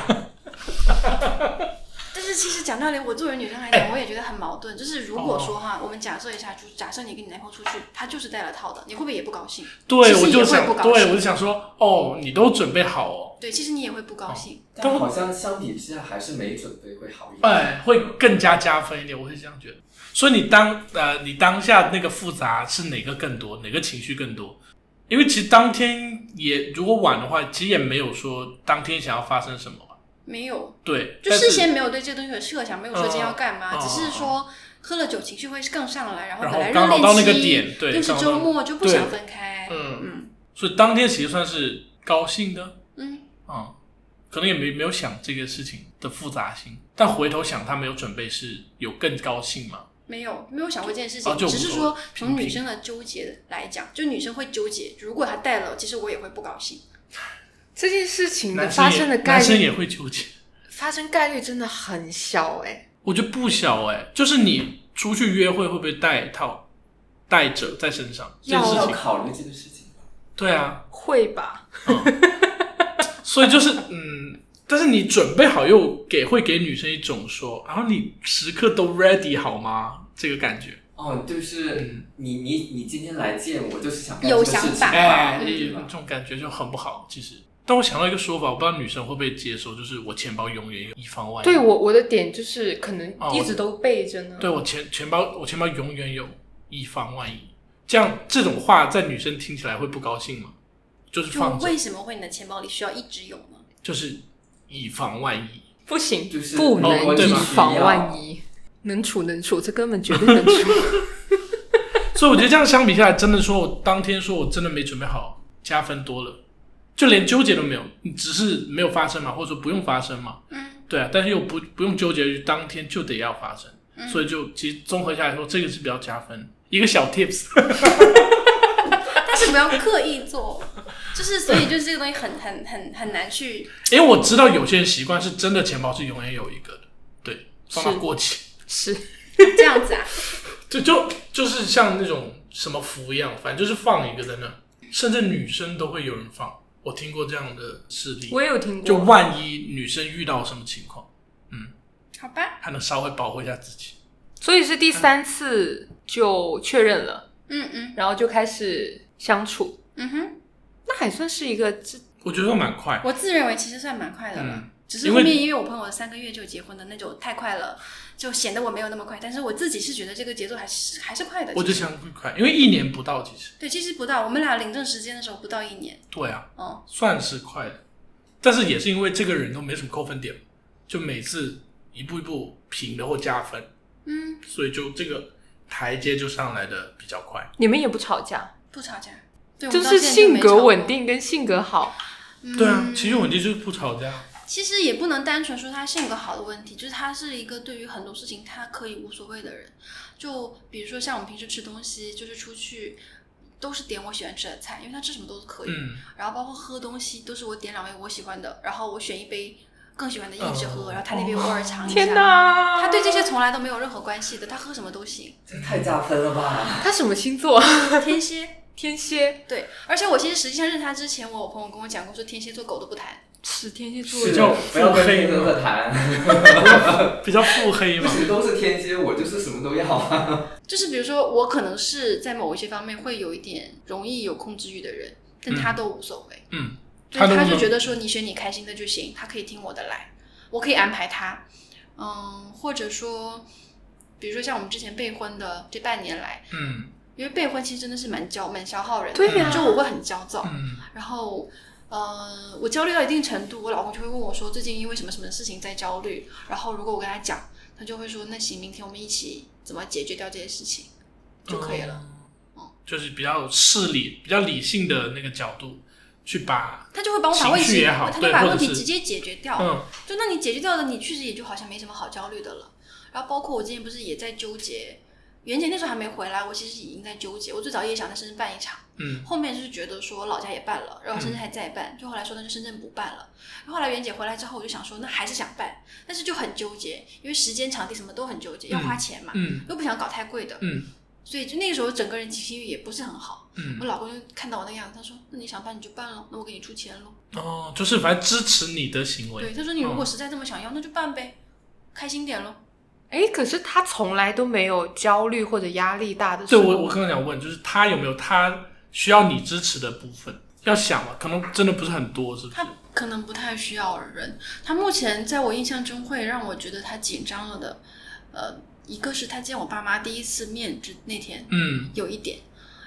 [SPEAKER 3] 但是其实讲道理，我作为女生来
[SPEAKER 1] 哎
[SPEAKER 3] 讲，我也觉得很矛盾。就是如果
[SPEAKER 1] 哦
[SPEAKER 3] 说哈，我们假设一下，就假设你跟你男朋友出去，他就是带了套的，你会不会也不高兴？
[SPEAKER 1] 对
[SPEAKER 3] 其实
[SPEAKER 1] 我就
[SPEAKER 3] 也会
[SPEAKER 1] 想
[SPEAKER 3] 不，高
[SPEAKER 1] 对
[SPEAKER 3] 兴
[SPEAKER 1] 我就想说，哦，你都准备好哦，
[SPEAKER 3] 对，其实你也会不高兴。
[SPEAKER 4] 但好像相比之下，还是没准备会好一
[SPEAKER 3] 嗯
[SPEAKER 4] 点。
[SPEAKER 1] 哎，会更加加分一点，我是这样觉得。所以你当呃，你当下那个复杂是哪个更多，哪个情绪更多？因为其实当天也如果晚的话，其实也没有说当天想要发生什么吧。
[SPEAKER 3] 没有，
[SPEAKER 1] 对，
[SPEAKER 3] 就
[SPEAKER 1] 但
[SPEAKER 3] 事
[SPEAKER 1] 是
[SPEAKER 3] 先没有对这个东西有设想，没有说今天要干嘛，
[SPEAKER 1] 嗯
[SPEAKER 3] 只是说喝了酒情绪会更上来，然后
[SPEAKER 1] 然
[SPEAKER 3] 本
[SPEAKER 1] 后
[SPEAKER 3] 来
[SPEAKER 1] 刚好到那
[SPEAKER 3] 热
[SPEAKER 1] 个
[SPEAKER 3] 恋期
[SPEAKER 1] 点，对，
[SPEAKER 3] 又是
[SPEAKER 1] 刚好到
[SPEAKER 3] 周末，就不
[SPEAKER 1] 对
[SPEAKER 3] 想分开。
[SPEAKER 1] 嗯
[SPEAKER 3] 嗯
[SPEAKER 1] 所以当天其实算是高兴的
[SPEAKER 3] 嗯，
[SPEAKER 1] 啊、嗯可能也没没有想这个事情的复杂性，但回头想他没有准备是有更高兴吗？
[SPEAKER 3] 没有没有想过这件事
[SPEAKER 1] 哦
[SPEAKER 3] 情，
[SPEAKER 1] 就
[SPEAKER 3] 只是
[SPEAKER 1] 无所谓
[SPEAKER 3] 说从
[SPEAKER 1] 平平
[SPEAKER 3] 女生的纠结来讲，就女生会纠结，如果他带了，其实我也会不高兴。
[SPEAKER 2] 这件事情的
[SPEAKER 1] 男
[SPEAKER 2] 发
[SPEAKER 1] 生也
[SPEAKER 2] 生的概
[SPEAKER 1] 男生也
[SPEAKER 2] 率，
[SPEAKER 1] 会纠结。
[SPEAKER 2] 发生概率真的很小哎、
[SPEAKER 1] 我觉得不小哎、就是你出去约会会不会带套带着在身上这件
[SPEAKER 2] 要
[SPEAKER 1] 事
[SPEAKER 4] 要
[SPEAKER 1] 情？
[SPEAKER 4] 考虑这个事情吧。
[SPEAKER 1] 对啊，
[SPEAKER 2] 会吧？
[SPEAKER 1] 所以就是嗯，但是你准备好又给会给女生一种说，然后你时刻都 ready 好吗？这个感觉，
[SPEAKER 4] 哦，就是
[SPEAKER 1] 嗯
[SPEAKER 4] 你你你今天来见我，就是想干
[SPEAKER 3] 有
[SPEAKER 4] 这个事情
[SPEAKER 3] 想法
[SPEAKER 1] 哎，
[SPEAKER 4] 对吧
[SPEAKER 1] 这种感觉就很不好。其实，但我想到一个说法，我不知道女生会不会接受，就是我钱包永远有以防万一。
[SPEAKER 2] 对我我的点就是可能
[SPEAKER 1] 哦
[SPEAKER 2] 一直都备着呢。
[SPEAKER 1] 对我钱钱包，我钱包永远有以防万一。这样这种话在女生听起来会不高兴吗？就是
[SPEAKER 3] 就
[SPEAKER 1] 放着，
[SPEAKER 3] 为什么会你的钱包里需要一直有呢？
[SPEAKER 1] 就是以防万一。
[SPEAKER 2] 不行，
[SPEAKER 4] 就是
[SPEAKER 2] 不
[SPEAKER 1] 哦
[SPEAKER 2] 能
[SPEAKER 1] 对
[SPEAKER 2] 以
[SPEAKER 1] 吧
[SPEAKER 2] 防万一，能处能处，这根本绝对能处。
[SPEAKER 1] 所以我觉得这样相比下来，真的说我当天说我真的没准备好，加分多了，就连纠结都没有，你只是没有发生嘛，或者说不用发生嘛，
[SPEAKER 3] 嗯，
[SPEAKER 1] 对啊，但是又不不用纠结于当天就得要发生，
[SPEAKER 3] 嗯
[SPEAKER 1] 所以就其实综合下来说，这个是比较加分。一个小 tips，
[SPEAKER 3] 但是不要刻意做，就是所以就是这个东西很很很很难去。
[SPEAKER 1] 因为我知道有些人习惯是真的钱包是永远有一个的，对，放到
[SPEAKER 2] 是
[SPEAKER 1] 过期，
[SPEAKER 2] 是，
[SPEAKER 3] 这样子啊，
[SPEAKER 1] 就就就是像那种什么符一样，反正就是放一个在那，甚至女生都会有人放，我听过这样的事例。
[SPEAKER 2] 我也有听
[SPEAKER 1] 就
[SPEAKER 2] 过。
[SPEAKER 1] 万一女生遇到什么情况，
[SPEAKER 3] 好吧，
[SPEAKER 1] 还能稍微保护一下自己。
[SPEAKER 2] 所以是第三次就确认了，
[SPEAKER 3] 嗯嗯
[SPEAKER 2] 然后就开始相处，
[SPEAKER 3] 嗯哼，
[SPEAKER 2] 那还算是一个这
[SPEAKER 1] 我觉得蛮快，
[SPEAKER 3] 我自认为其实算蛮快的了。
[SPEAKER 1] 嗯
[SPEAKER 3] 只是
[SPEAKER 1] 因
[SPEAKER 3] 后
[SPEAKER 1] 为
[SPEAKER 3] 面因为我朋友三个月就结婚的那种太快了，就显得我没有那么快。但是我自己是觉得这个节奏还是还是快的。
[SPEAKER 1] 我就
[SPEAKER 3] 其实
[SPEAKER 1] 想会快，因为一年不到，其实
[SPEAKER 3] 对，其实不到我们俩领证时间的时候不到一年，
[SPEAKER 1] 对啊，
[SPEAKER 3] 哦，
[SPEAKER 1] 算是快的。但是也是因为这个人都没什么扣分点，就每次一步一步平的或加分，
[SPEAKER 3] 嗯，
[SPEAKER 1] 所以就这个台阶就上来的比较快。
[SPEAKER 2] 你们也不吵架，
[SPEAKER 3] 不吵架，对，
[SPEAKER 2] 就
[SPEAKER 3] 我们到
[SPEAKER 2] 是
[SPEAKER 3] 现在就
[SPEAKER 2] 性
[SPEAKER 3] 没
[SPEAKER 2] 格
[SPEAKER 3] 吵
[SPEAKER 2] 稳
[SPEAKER 3] 过，
[SPEAKER 2] 定跟性格好，
[SPEAKER 3] 嗯、
[SPEAKER 1] 对啊，其实我就是不吵架，
[SPEAKER 3] 其实也不能单纯说他性格好的问题，就是他是一个对于很多事情他可以无所谓的人。就比如说像我们平时吃东西，就是出去，都是点我喜欢吃的菜，因为他吃什么都是可以。
[SPEAKER 1] 嗯，
[SPEAKER 3] 然后包括喝东西都是我点两杯我喜欢的，然后我选一杯更喜欢的硬是喝，
[SPEAKER 1] 哦
[SPEAKER 3] 然后他那边偶尔尝一下。
[SPEAKER 2] 天哪，
[SPEAKER 3] 他对这些从来都没有任何关系的，他喝什么都行。
[SPEAKER 4] 这太加分了吧！
[SPEAKER 2] 他什么星座？
[SPEAKER 3] 天蝎，
[SPEAKER 2] 天蝎，
[SPEAKER 3] 对，而且我其实实际上认识他之前，我有朋友跟我讲过，说天蝎座狗都不谈。
[SPEAKER 2] 是天蝎座
[SPEAKER 1] 是
[SPEAKER 4] 是
[SPEAKER 1] 叫
[SPEAKER 4] 不要
[SPEAKER 1] 腹
[SPEAKER 4] 跟
[SPEAKER 1] 黑
[SPEAKER 4] 黑哥哥谈，
[SPEAKER 1] 嗯比较腹黑
[SPEAKER 4] 不
[SPEAKER 1] 嘛。
[SPEAKER 4] 行都是天蝎，我就是什么都要 啊。
[SPEAKER 3] 就是比如说，我可能是在某一些方面会有一点容易有控制欲的人，但他都无所谓。
[SPEAKER 1] 嗯，
[SPEAKER 3] 就是
[SPEAKER 1] 他都
[SPEAKER 3] 他
[SPEAKER 1] 无
[SPEAKER 3] 就
[SPEAKER 1] 所
[SPEAKER 3] 觉得说你选你开心的就行，他可以听我的来，我可以安排他。嗯，或者说，比如说像我们之前备婚的这半年来，
[SPEAKER 1] 嗯
[SPEAKER 3] 因为备婚其实真的是蛮焦蛮消耗人的，
[SPEAKER 2] 对呀
[SPEAKER 3] 就我会很焦躁，
[SPEAKER 1] 嗯
[SPEAKER 3] 然后。呃，我焦虑到一定程度，我老公就会问我说，最近因为什么什么事情在焦虑。然后如果我跟他讲，他就会说，那行，明天我们一起怎么解决掉这些事情就可以了。
[SPEAKER 1] 嗯，就是比较事理、比较理性的那个角度去把，
[SPEAKER 3] 他就会帮我把问
[SPEAKER 1] 情绪
[SPEAKER 3] 题，
[SPEAKER 1] 也好
[SPEAKER 3] 他
[SPEAKER 1] 对
[SPEAKER 3] 就把
[SPEAKER 1] 或者
[SPEAKER 3] 问题
[SPEAKER 1] 是
[SPEAKER 3] 直接解决掉。
[SPEAKER 1] 嗯
[SPEAKER 3] 就那你解决掉的，你确实也就好像没什么好焦虑的了。然后包括我之前不是也在纠结，袁姐那时候还没回来，我其实已经在纠结。我最早也想在深圳办一场，
[SPEAKER 1] 嗯
[SPEAKER 3] 后面就是觉得说老家也办了，然后深圳还在办，就后来说那就深圳不办了。然后后来袁姐回来之后，我就想说那还是想办，但是就很纠结，因为时间、场地什么都很纠结，要花钱嘛，
[SPEAKER 1] 嗯
[SPEAKER 3] 又不想搞太贵的，
[SPEAKER 1] 嗯
[SPEAKER 3] 所以就那个时候整个人情绪也不是很好。我
[SPEAKER 1] 嗯，
[SPEAKER 3] 老公就看到我那样，他说：“那你想办你就办咯，那我给你出钱咯。
[SPEAKER 1] 哦，就是反正支持你的行
[SPEAKER 3] 对，
[SPEAKER 1] 为，
[SPEAKER 3] 他说你如果
[SPEAKER 1] 嗯
[SPEAKER 3] 实在这么想要，那就办呗，开心点咯。
[SPEAKER 2] 哎，可是他从来都没有焦虑或者压力大的时
[SPEAKER 1] 对
[SPEAKER 2] 候。
[SPEAKER 1] 我我刚刚想问，就是他有没有他需要你支持的部分？要想嘛，可能真的不是很多，是不是
[SPEAKER 3] 他？可能不太需要人。他目前在我印象中会让我觉得他紧张了的，呃，一个是他见我爸妈第一次面之那天
[SPEAKER 1] 嗯
[SPEAKER 3] 有一点，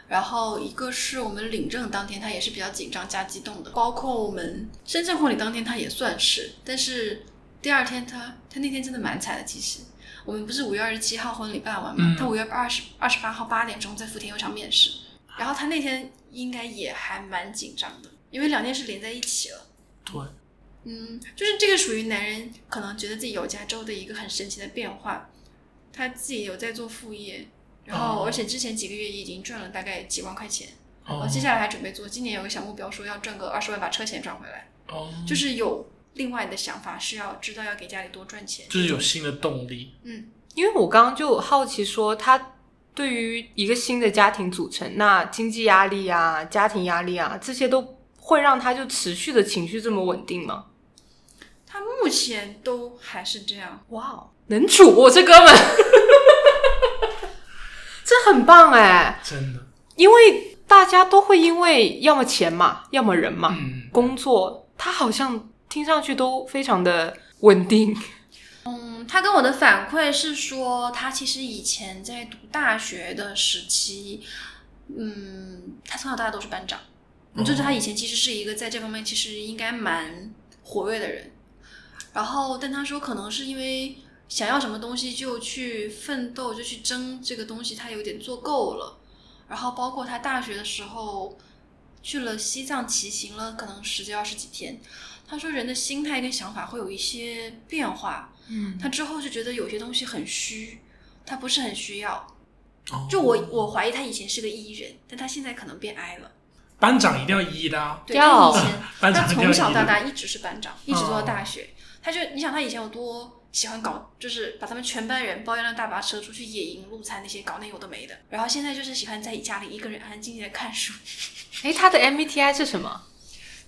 [SPEAKER 3] 然后一个是我们领证当天他也是比较紧张加激动的，包括我们深圳婚礼当天他也算是，但是第二天他他那天真的蛮惨的，其实。我们不是五月二十七号婚礼办完嘛？
[SPEAKER 1] 嗯
[SPEAKER 3] 他五月二十二十八号八点钟在福田有场面试，然后他那天应该也还蛮紧张的，因为两件事连在一起了。
[SPEAKER 1] 对，
[SPEAKER 3] 嗯，就是这个属于男人可能觉得自己有加州的一个很神奇的变化，他自己有在做副业，然后
[SPEAKER 1] 哦
[SPEAKER 3] 而且之前几个月也已经赚了大概几万块钱，然
[SPEAKER 1] 哦
[SPEAKER 3] 后接下来还准备做，今年有个小目标说要赚个二十万把车钱赚回来，
[SPEAKER 1] 哦，
[SPEAKER 3] 就是有另外的想法是要知道要给家里多赚钱，
[SPEAKER 1] 就是有新的动力，
[SPEAKER 3] 嗯，
[SPEAKER 2] 因为我刚刚就好奇说，他对于一个新的家庭组成，那经济压力啊、家庭压力啊，这些都会让他就持续的情绪这么稳定吗？
[SPEAKER 3] 他目前都还是这样，
[SPEAKER 2] 哇哦，能处我这哥们，这很棒哎！
[SPEAKER 1] 真的，
[SPEAKER 3] 哦
[SPEAKER 2] 因为大家都会因为要么钱嘛，要么人嘛，
[SPEAKER 1] 嗯，
[SPEAKER 2] 工作，他好像听上去都非常的稳定。
[SPEAKER 3] 嗯，他跟我的反馈是说，他其实以前在读大学的时期，嗯，他从小到大都是班长，就是他以前其实是一个在这方面其实应该蛮活跃的人。然后，但他说可能是因为想要什么东西就去奋斗，就去争这个东西，他有点做够了。然后，包括他大学的时候去了西藏骑行了，可能十几二十几天。他说人的心态跟想法会有一些变化，
[SPEAKER 2] 嗯
[SPEAKER 3] 他之后就觉得有些东西很虚，他不是很需要。
[SPEAKER 1] 哦
[SPEAKER 3] 就我我怀疑他以前是个 E 人，但他现在可能变 I 了。
[SPEAKER 1] 班长一定要一的啊，
[SPEAKER 3] 对，
[SPEAKER 2] 要
[SPEAKER 3] 他以前
[SPEAKER 1] 班
[SPEAKER 3] 他
[SPEAKER 1] 长一定要
[SPEAKER 3] 从
[SPEAKER 1] 一
[SPEAKER 3] 小到
[SPEAKER 1] 的，
[SPEAKER 3] 大一直是班长，一直做到大学。他就你想他以前有多喜欢搞，就是把他们全班人包一辆大巴车出去野营、露餐那些搞那有的没的。然后现在就是喜欢在家里一个人安安静静的看书。
[SPEAKER 2] 诶，他的 MBTI 是什么？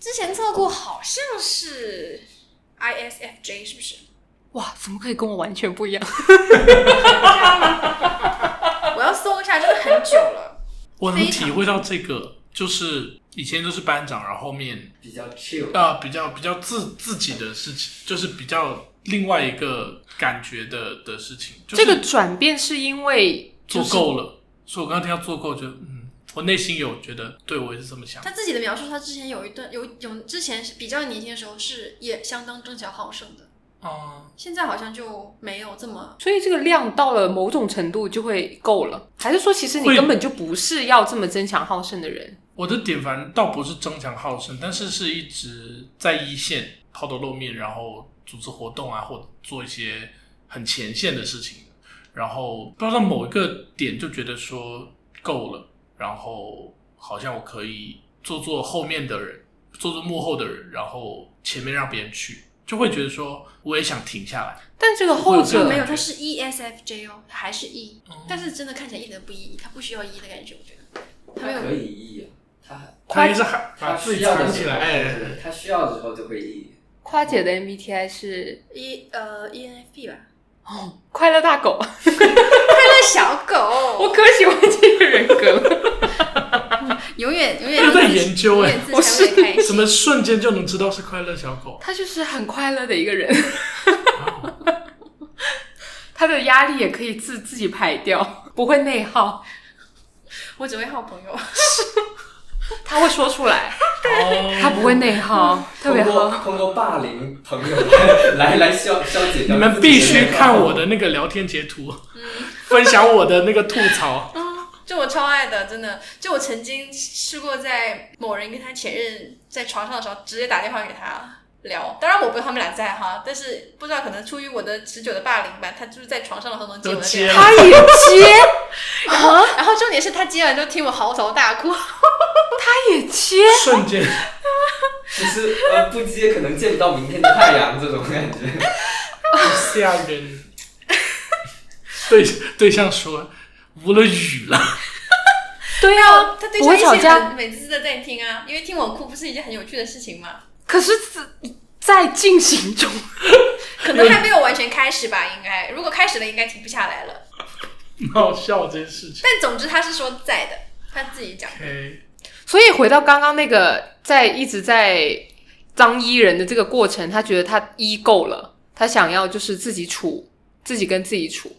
[SPEAKER 3] 之前测过好像是 ISFJ 是不是？
[SPEAKER 2] 哇，怎么可以跟我完全不一样？
[SPEAKER 3] 我要搜一下，真的很久了。
[SPEAKER 1] 我能
[SPEAKER 3] 非常
[SPEAKER 1] 体会到这个，就是以前都是班长，然后后面
[SPEAKER 4] 比较 chill，
[SPEAKER 1] 啊、比较比较自自己的事情，就是比较另外一个感觉的的事情，就是
[SPEAKER 2] 这个转变是因为就
[SPEAKER 1] 做
[SPEAKER 2] 是
[SPEAKER 1] 够了，所以我刚刚听到做够，就嗯，我内心有觉得，对我也是这么想
[SPEAKER 3] 他，自己的描述，他之前有一段有有之前是比较年轻的时候是也相当争强好胜的，
[SPEAKER 1] 嗯，
[SPEAKER 3] 现在好像就没有这么
[SPEAKER 2] 所以这个量到了某种程度就会够了，还是说其实你
[SPEAKER 1] 会
[SPEAKER 2] 根本就不是要这么争强好胜的人？
[SPEAKER 1] 我的典范倒不是争强好胜，但是是一直在一线抛头露面，然后组织活动啊，或者做一些很前线的事情。然后不知道到某一个点就觉得说够了，然后好像我可以做做后面的人，做做幕后的人，然后前面让别人去，就会觉得说我也想停下来。
[SPEAKER 2] 但这个
[SPEAKER 1] 会
[SPEAKER 2] 后
[SPEAKER 1] 有这
[SPEAKER 2] 者
[SPEAKER 1] 个
[SPEAKER 3] 没有，它是 ESFJ 哦，还是 E，、
[SPEAKER 1] 哦
[SPEAKER 3] 但是真的看起来一点都不 E，它不需要 E 的感觉，我觉得它没
[SPEAKER 4] 他
[SPEAKER 3] 有
[SPEAKER 4] 可以 E 啊，他
[SPEAKER 1] 他也是喊把
[SPEAKER 4] 他
[SPEAKER 1] 自
[SPEAKER 4] 需
[SPEAKER 1] 己
[SPEAKER 4] 要
[SPEAKER 1] 藏
[SPEAKER 4] 的
[SPEAKER 1] 起
[SPEAKER 4] 时
[SPEAKER 1] 来，
[SPEAKER 4] 候，
[SPEAKER 1] 哎，
[SPEAKER 4] 他需要的时候就会 E。
[SPEAKER 2] 夸姐的 MBTI 是
[SPEAKER 3] E 呃 ENFP 吧，
[SPEAKER 2] 快乐大狗，
[SPEAKER 3] 快乐小
[SPEAKER 2] 我
[SPEAKER 3] 狗，
[SPEAKER 2] 可喜欢这个人格了。
[SPEAKER 3] 永远永远
[SPEAKER 1] 又在
[SPEAKER 3] 自己
[SPEAKER 1] 研究
[SPEAKER 3] 永
[SPEAKER 1] 哎、
[SPEAKER 3] 远自惭为开
[SPEAKER 1] 什
[SPEAKER 3] 心。
[SPEAKER 1] 么瞬间就能知道是快乐小狗？
[SPEAKER 2] 他就是很快乐的一个人，
[SPEAKER 1] 啊
[SPEAKER 2] 他的压力也可以自自己排掉，不会内耗，
[SPEAKER 3] 我只会好朋友，
[SPEAKER 2] 他会说出来，
[SPEAKER 1] 哦，
[SPEAKER 2] 他不会内耗，特别
[SPEAKER 4] 通过
[SPEAKER 2] 好。
[SPEAKER 4] 通过霸凌朋友来 来消消解
[SPEAKER 1] 你
[SPEAKER 4] 掉
[SPEAKER 1] 们必须看我的那个聊天截图，分享我的那个吐槽。
[SPEAKER 3] 就我超爱的，真的。就我曾经试过在某人跟他前任在床上的时候，直接打电话给他聊。当然我不知道他们俩在哈，但是不知道可能出于我的持久的霸凌吧，他就是在床上的时候能接我
[SPEAKER 1] 都
[SPEAKER 3] 的
[SPEAKER 1] 接
[SPEAKER 3] 电话
[SPEAKER 1] 了
[SPEAKER 2] 他也接，
[SPEAKER 3] 然后重点是他接完之后听我嚎啕大 哭，
[SPEAKER 2] 他也接，
[SPEAKER 1] 瞬间，
[SPEAKER 4] 其实呃不接可能见不到明天的太阳这种感觉。
[SPEAKER 1] 吓人。对对象说无了语了，
[SPEAKER 2] 对啊，
[SPEAKER 3] 哦他对
[SPEAKER 2] 不会吵
[SPEAKER 3] 象一直
[SPEAKER 2] 架。
[SPEAKER 3] 很每次都在听啊，因为听我哭不是一件很有趣的事情嘛，
[SPEAKER 2] 可是在进行中，
[SPEAKER 3] 可能还没有完全开始吧，应该如果开始了，应该停不下来了。
[SPEAKER 1] 很好笑这件事情。
[SPEAKER 3] 但总之他是说在的，他自己讲。
[SPEAKER 1] OK，
[SPEAKER 2] 所以回到刚刚那个在一直在当伊人的这个过程，他觉得他医够了，他想要就是自己处，自己跟自己处。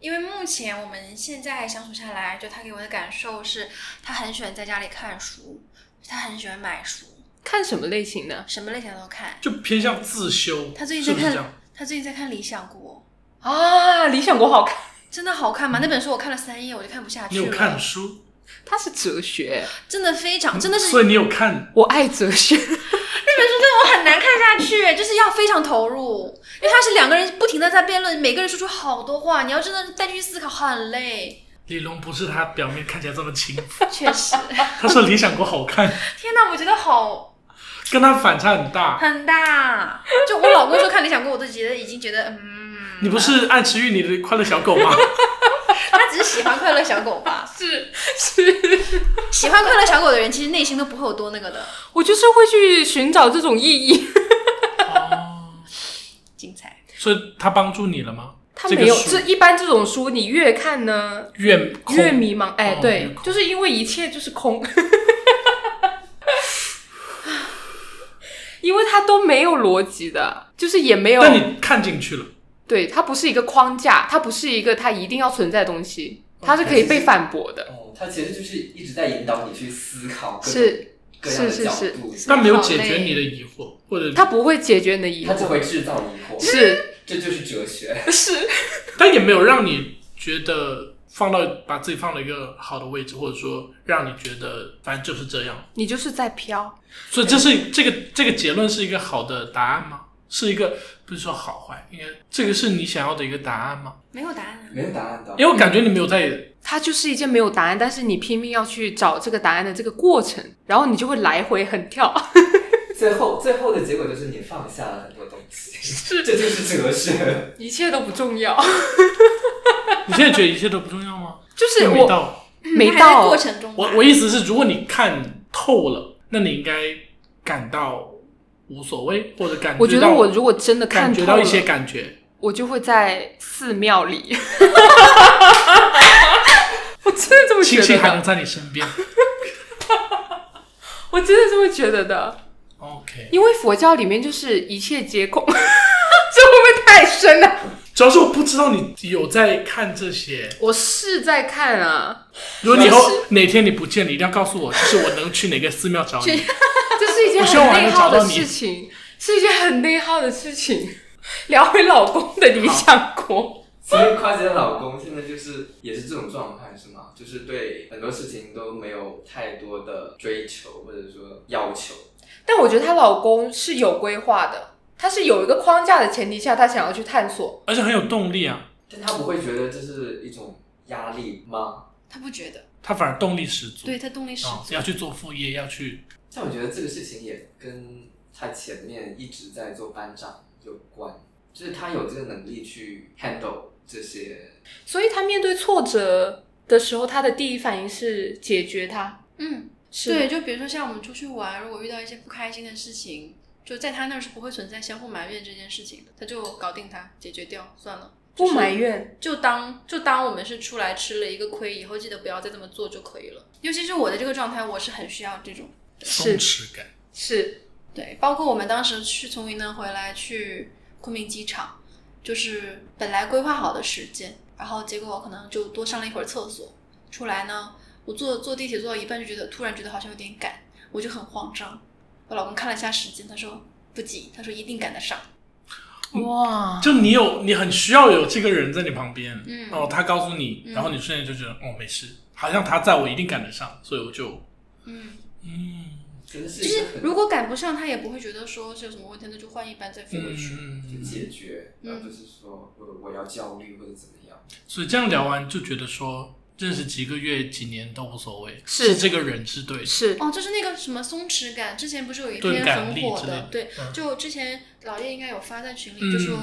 [SPEAKER 3] 因为目前我们现在相处下来，就他给我的感受是，他很喜欢在家里看书，他很喜欢买书，
[SPEAKER 2] 看什么类型呢？
[SPEAKER 3] 什么类型都看。
[SPEAKER 1] 就偏向自修。
[SPEAKER 3] 他最
[SPEAKER 1] 是
[SPEAKER 3] 近
[SPEAKER 1] 不是
[SPEAKER 3] 在看，
[SPEAKER 1] 这样？
[SPEAKER 3] 他最近在看《理想国
[SPEAKER 2] 啊，理想国好看，》，
[SPEAKER 3] 真的好看吗？那本书我看了三页，我就看不下
[SPEAKER 1] 你
[SPEAKER 3] 去了。
[SPEAKER 1] 有看书，
[SPEAKER 2] 它是哲学，
[SPEAKER 3] 真的非常，真的是
[SPEAKER 1] 所以你有看
[SPEAKER 2] 我爱 哲学。
[SPEAKER 3] 这本书真的我很难看下去，就是要非常投入，因为它是两个人不停的在辩论，每个人说出好多话，你要真的带进去思考，很累。
[SPEAKER 1] 李龙不是他表面看起来这么轻浮，
[SPEAKER 3] 确实，
[SPEAKER 1] 他说《理想国》好看，
[SPEAKER 3] 天哪，我觉得好
[SPEAKER 1] 跟他反差很大。
[SPEAKER 3] 很大。就我老公说看理想国，我都觉得已经觉得嗯，
[SPEAKER 1] 你不是暗池玉你的快乐小 狗吗？
[SPEAKER 3] 他只是喜欢快乐小狗吧？
[SPEAKER 2] 是是，
[SPEAKER 3] 喜欢快乐小狗的人，其实内心都不会有多那个的
[SPEAKER 2] 我就是会去寻找这种意义。
[SPEAKER 1] 哦，
[SPEAKER 3] 精彩。
[SPEAKER 1] 所以他帮助你了吗？
[SPEAKER 2] 他
[SPEAKER 1] 这个
[SPEAKER 2] 没有，
[SPEAKER 1] 书
[SPEAKER 2] 这一般这种书，你越看呢
[SPEAKER 1] 越空
[SPEAKER 2] 越迷茫。哎，
[SPEAKER 1] 哦越
[SPEAKER 2] 对，
[SPEAKER 1] 空
[SPEAKER 2] 就是因为一切就是空， 因为它都没有逻辑的，就是也没有，
[SPEAKER 1] 但你看进去了，
[SPEAKER 2] 对，它不是一个框架，它不是一个它一定要存在的东西，它是可以被反驳的。
[SPEAKER 4] 哦，他其实就是一直在引导你去思考各种
[SPEAKER 2] 是，
[SPEAKER 4] 各样的
[SPEAKER 2] 是是
[SPEAKER 4] 角
[SPEAKER 2] 是
[SPEAKER 4] 度，
[SPEAKER 1] 但没有解决你的疑惑，或者
[SPEAKER 2] 它不会解决你的疑
[SPEAKER 4] 他只
[SPEAKER 2] 惑，
[SPEAKER 4] 会制造疑惑，
[SPEAKER 2] 是
[SPEAKER 4] 这就是哲学。
[SPEAKER 2] 是，
[SPEAKER 1] 但也没有让你觉得放到把自己放到一个好的位置，或者说让你觉得反正就是这样。
[SPEAKER 2] 你就是在飘。
[SPEAKER 1] 所以这是这个这个结论是一个好的答案吗？是一个不是说好坏，应该这个是你想要的一个答案吗？
[SPEAKER 3] 没有答案啊，
[SPEAKER 4] 没有答案的，
[SPEAKER 1] 因为我感觉你没有在
[SPEAKER 2] 它就是一件没有答案，但是你拼命要去找这个答案的这个过程，然后你就会来回横跳。
[SPEAKER 4] 最后最后的结果就是你放下了很多东 西，这就是哲学。
[SPEAKER 2] 一切都不重要，
[SPEAKER 1] 你现在觉得一切都不重要吗？
[SPEAKER 2] 就是
[SPEAKER 1] 又没
[SPEAKER 2] 我
[SPEAKER 1] 到
[SPEAKER 2] 没
[SPEAKER 3] 它还在
[SPEAKER 2] 到
[SPEAKER 3] 过程中啊吧。
[SPEAKER 1] 我我意思是，如果你看透了，那你应该感到无所谓，或者感
[SPEAKER 2] 我觉得
[SPEAKER 1] 到
[SPEAKER 2] 我如果真的看
[SPEAKER 1] 感
[SPEAKER 2] 透
[SPEAKER 1] 觉
[SPEAKER 2] 了，
[SPEAKER 1] 到一些感觉，
[SPEAKER 2] 我就会在寺庙里。 我真的这么觉
[SPEAKER 1] 亲戚
[SPEAKER 2] 得
[SPEAKER 1] 还能
[SPEAKER 2] 的，
[SPEAKER 1] 在你身边。
[SPEAKER 2] 我真的这么觉得的，
[SPEAKER 1] OK，
[SPEAKER 2] 因为佛教里面就是一切皆空，这 会不会太深了、
[SPEAKER 1] 主要是我不知道你有在看这些。
[SPEAKER 2] 我是在看啊，
[SPEAKER 1] 如果你以后哪天你不见，你一定要告诉我，就是我能去哪个寺庙找你。
[SPEAKER 2] 这是一件
[SPEAKER 1] 我希望我
[SPEAKER 2] 很
[SPEAKER 1] 还能
[SPEAKER 2] 内耗的
[SPEAKER 1] 找到你
[SPEAKER 2] 事情，是一件很内耗的事情。聊回老公的理想国，
[SPEAKER 4] 所以夸姐的老公现在就是也是这种状态是吗？就是对很多事情都没有太多的追求或者说要求。
[SPEAKER 2] 但我觉得她老公是有规划的，他是有一个框架的前提下，他想要去探索。
[SPEAKER 1] 而且很有动力啊。
[SPEAKER 4] 但他不会觉得这是一种压力吗？
[SPEAKER 3] 他不觉得，
[SPEAKER 1] 他反而动力十足，
[SPEAKER 3] 对他动力十
[SPEAKER 1] 啊、
[SPEAKER 3] 足。
[SPEAKER 1] 要去做副业，要去
[SPEAKER 4] 但我觉得这个事情也跟他前面一直在做班长有关，就是他有这个能力去 handle 这些，
[SPEAKER 2] 所以他面对挫折的时候，他的第一反应是解决它。
[SPEAKER 3] 嗯，
[SPEAKER 2] 是
[SPEAKER 3] 对，就比如说像我们出去玩，如果遇到一些不开心的事情，就在他那儿是不会存在相互埋怨这件事情的，他就搞定它，解决掉算了。
[SPEAKER 2] 不埋怨，
[SPEAKER 3] 就当就当我们是出来吃了一个亏，以后记得不要再这么做就可以了。尤其是我的这个状态，我是很需要这种
[SPEAKER 1] 松
[SPEAKER 2] 是
[SPEAKER 1] 弛感。
[SPEAKER 2] 是
[SPEAKER 3] 对，包括我们当时去从云南回来去昆明机场，就是本来规划好的时间，然后结果可能就多上了一会儿厕所，出来呢，我坐坐地铁坐到一半就觉得突然觉得好像有点赶，我就很慌张。我老公看了一下时间，他说不急，他说一定赶得上。
[SPEAKER 2] 哇，
[SPEAKER 1] 就你有，你很需要有这个人在你旁边，
[SPEAKER 3] 嗯
[SPEAKER 1] 哦，他告诉你，
[SPEAKER 3] 嗯
[SPEAKER 1] 然后你瞬间就觉得，哦，没事，好像他在我一定赶得上，所以我就，
[SPEAKER 3] 嗯，
[SPEAKER 1] 嗯，
[SPEAKER 4] 真的是
[SPEAKER 3] 就
[SPEAKER 4] 一个
[SPEAKER 3] 是
[SPEAKER 4] 很
[SPEAKER 3] 如果赶不上，他也不会觉得说是有什么问题，那就换一班再飞回去。
[SPEAKER 4] 去
[SPEAKER 1] 嗯，
[SPEAKER 4] 解决，
[SPEAKER 3] 嗯
[SPEAKER 4] 而不是说我我要焦虑或者怎么样。
[SPEAKER 1] 所以这样聊完就觉得说，认识几个月、几年都无所谓，
[SPEAKER 2] 是
[SPEAKER 1] 这个人是对的，
[SPEAKER 2] 是
[SPEAKER 3] 哦，就是那个什么松弛感，之前不是有一
[SPEAKER 1] 钝
[SPEAKER 3] 篇
[SPEAKER 1] 感
[SPEAKER 3] 很
[SPEAKER 1] 力
[SPEAKER 3] 火
[SPEAKER 1] 之类的
[SPEAKER 3] 的，对，
[SPEAKER 1] 嗯
[SPEAKER 3] 就之前老叶应该有发在群里，
[SPEAKER 1] 嗯
[SPEAKER 3] 就说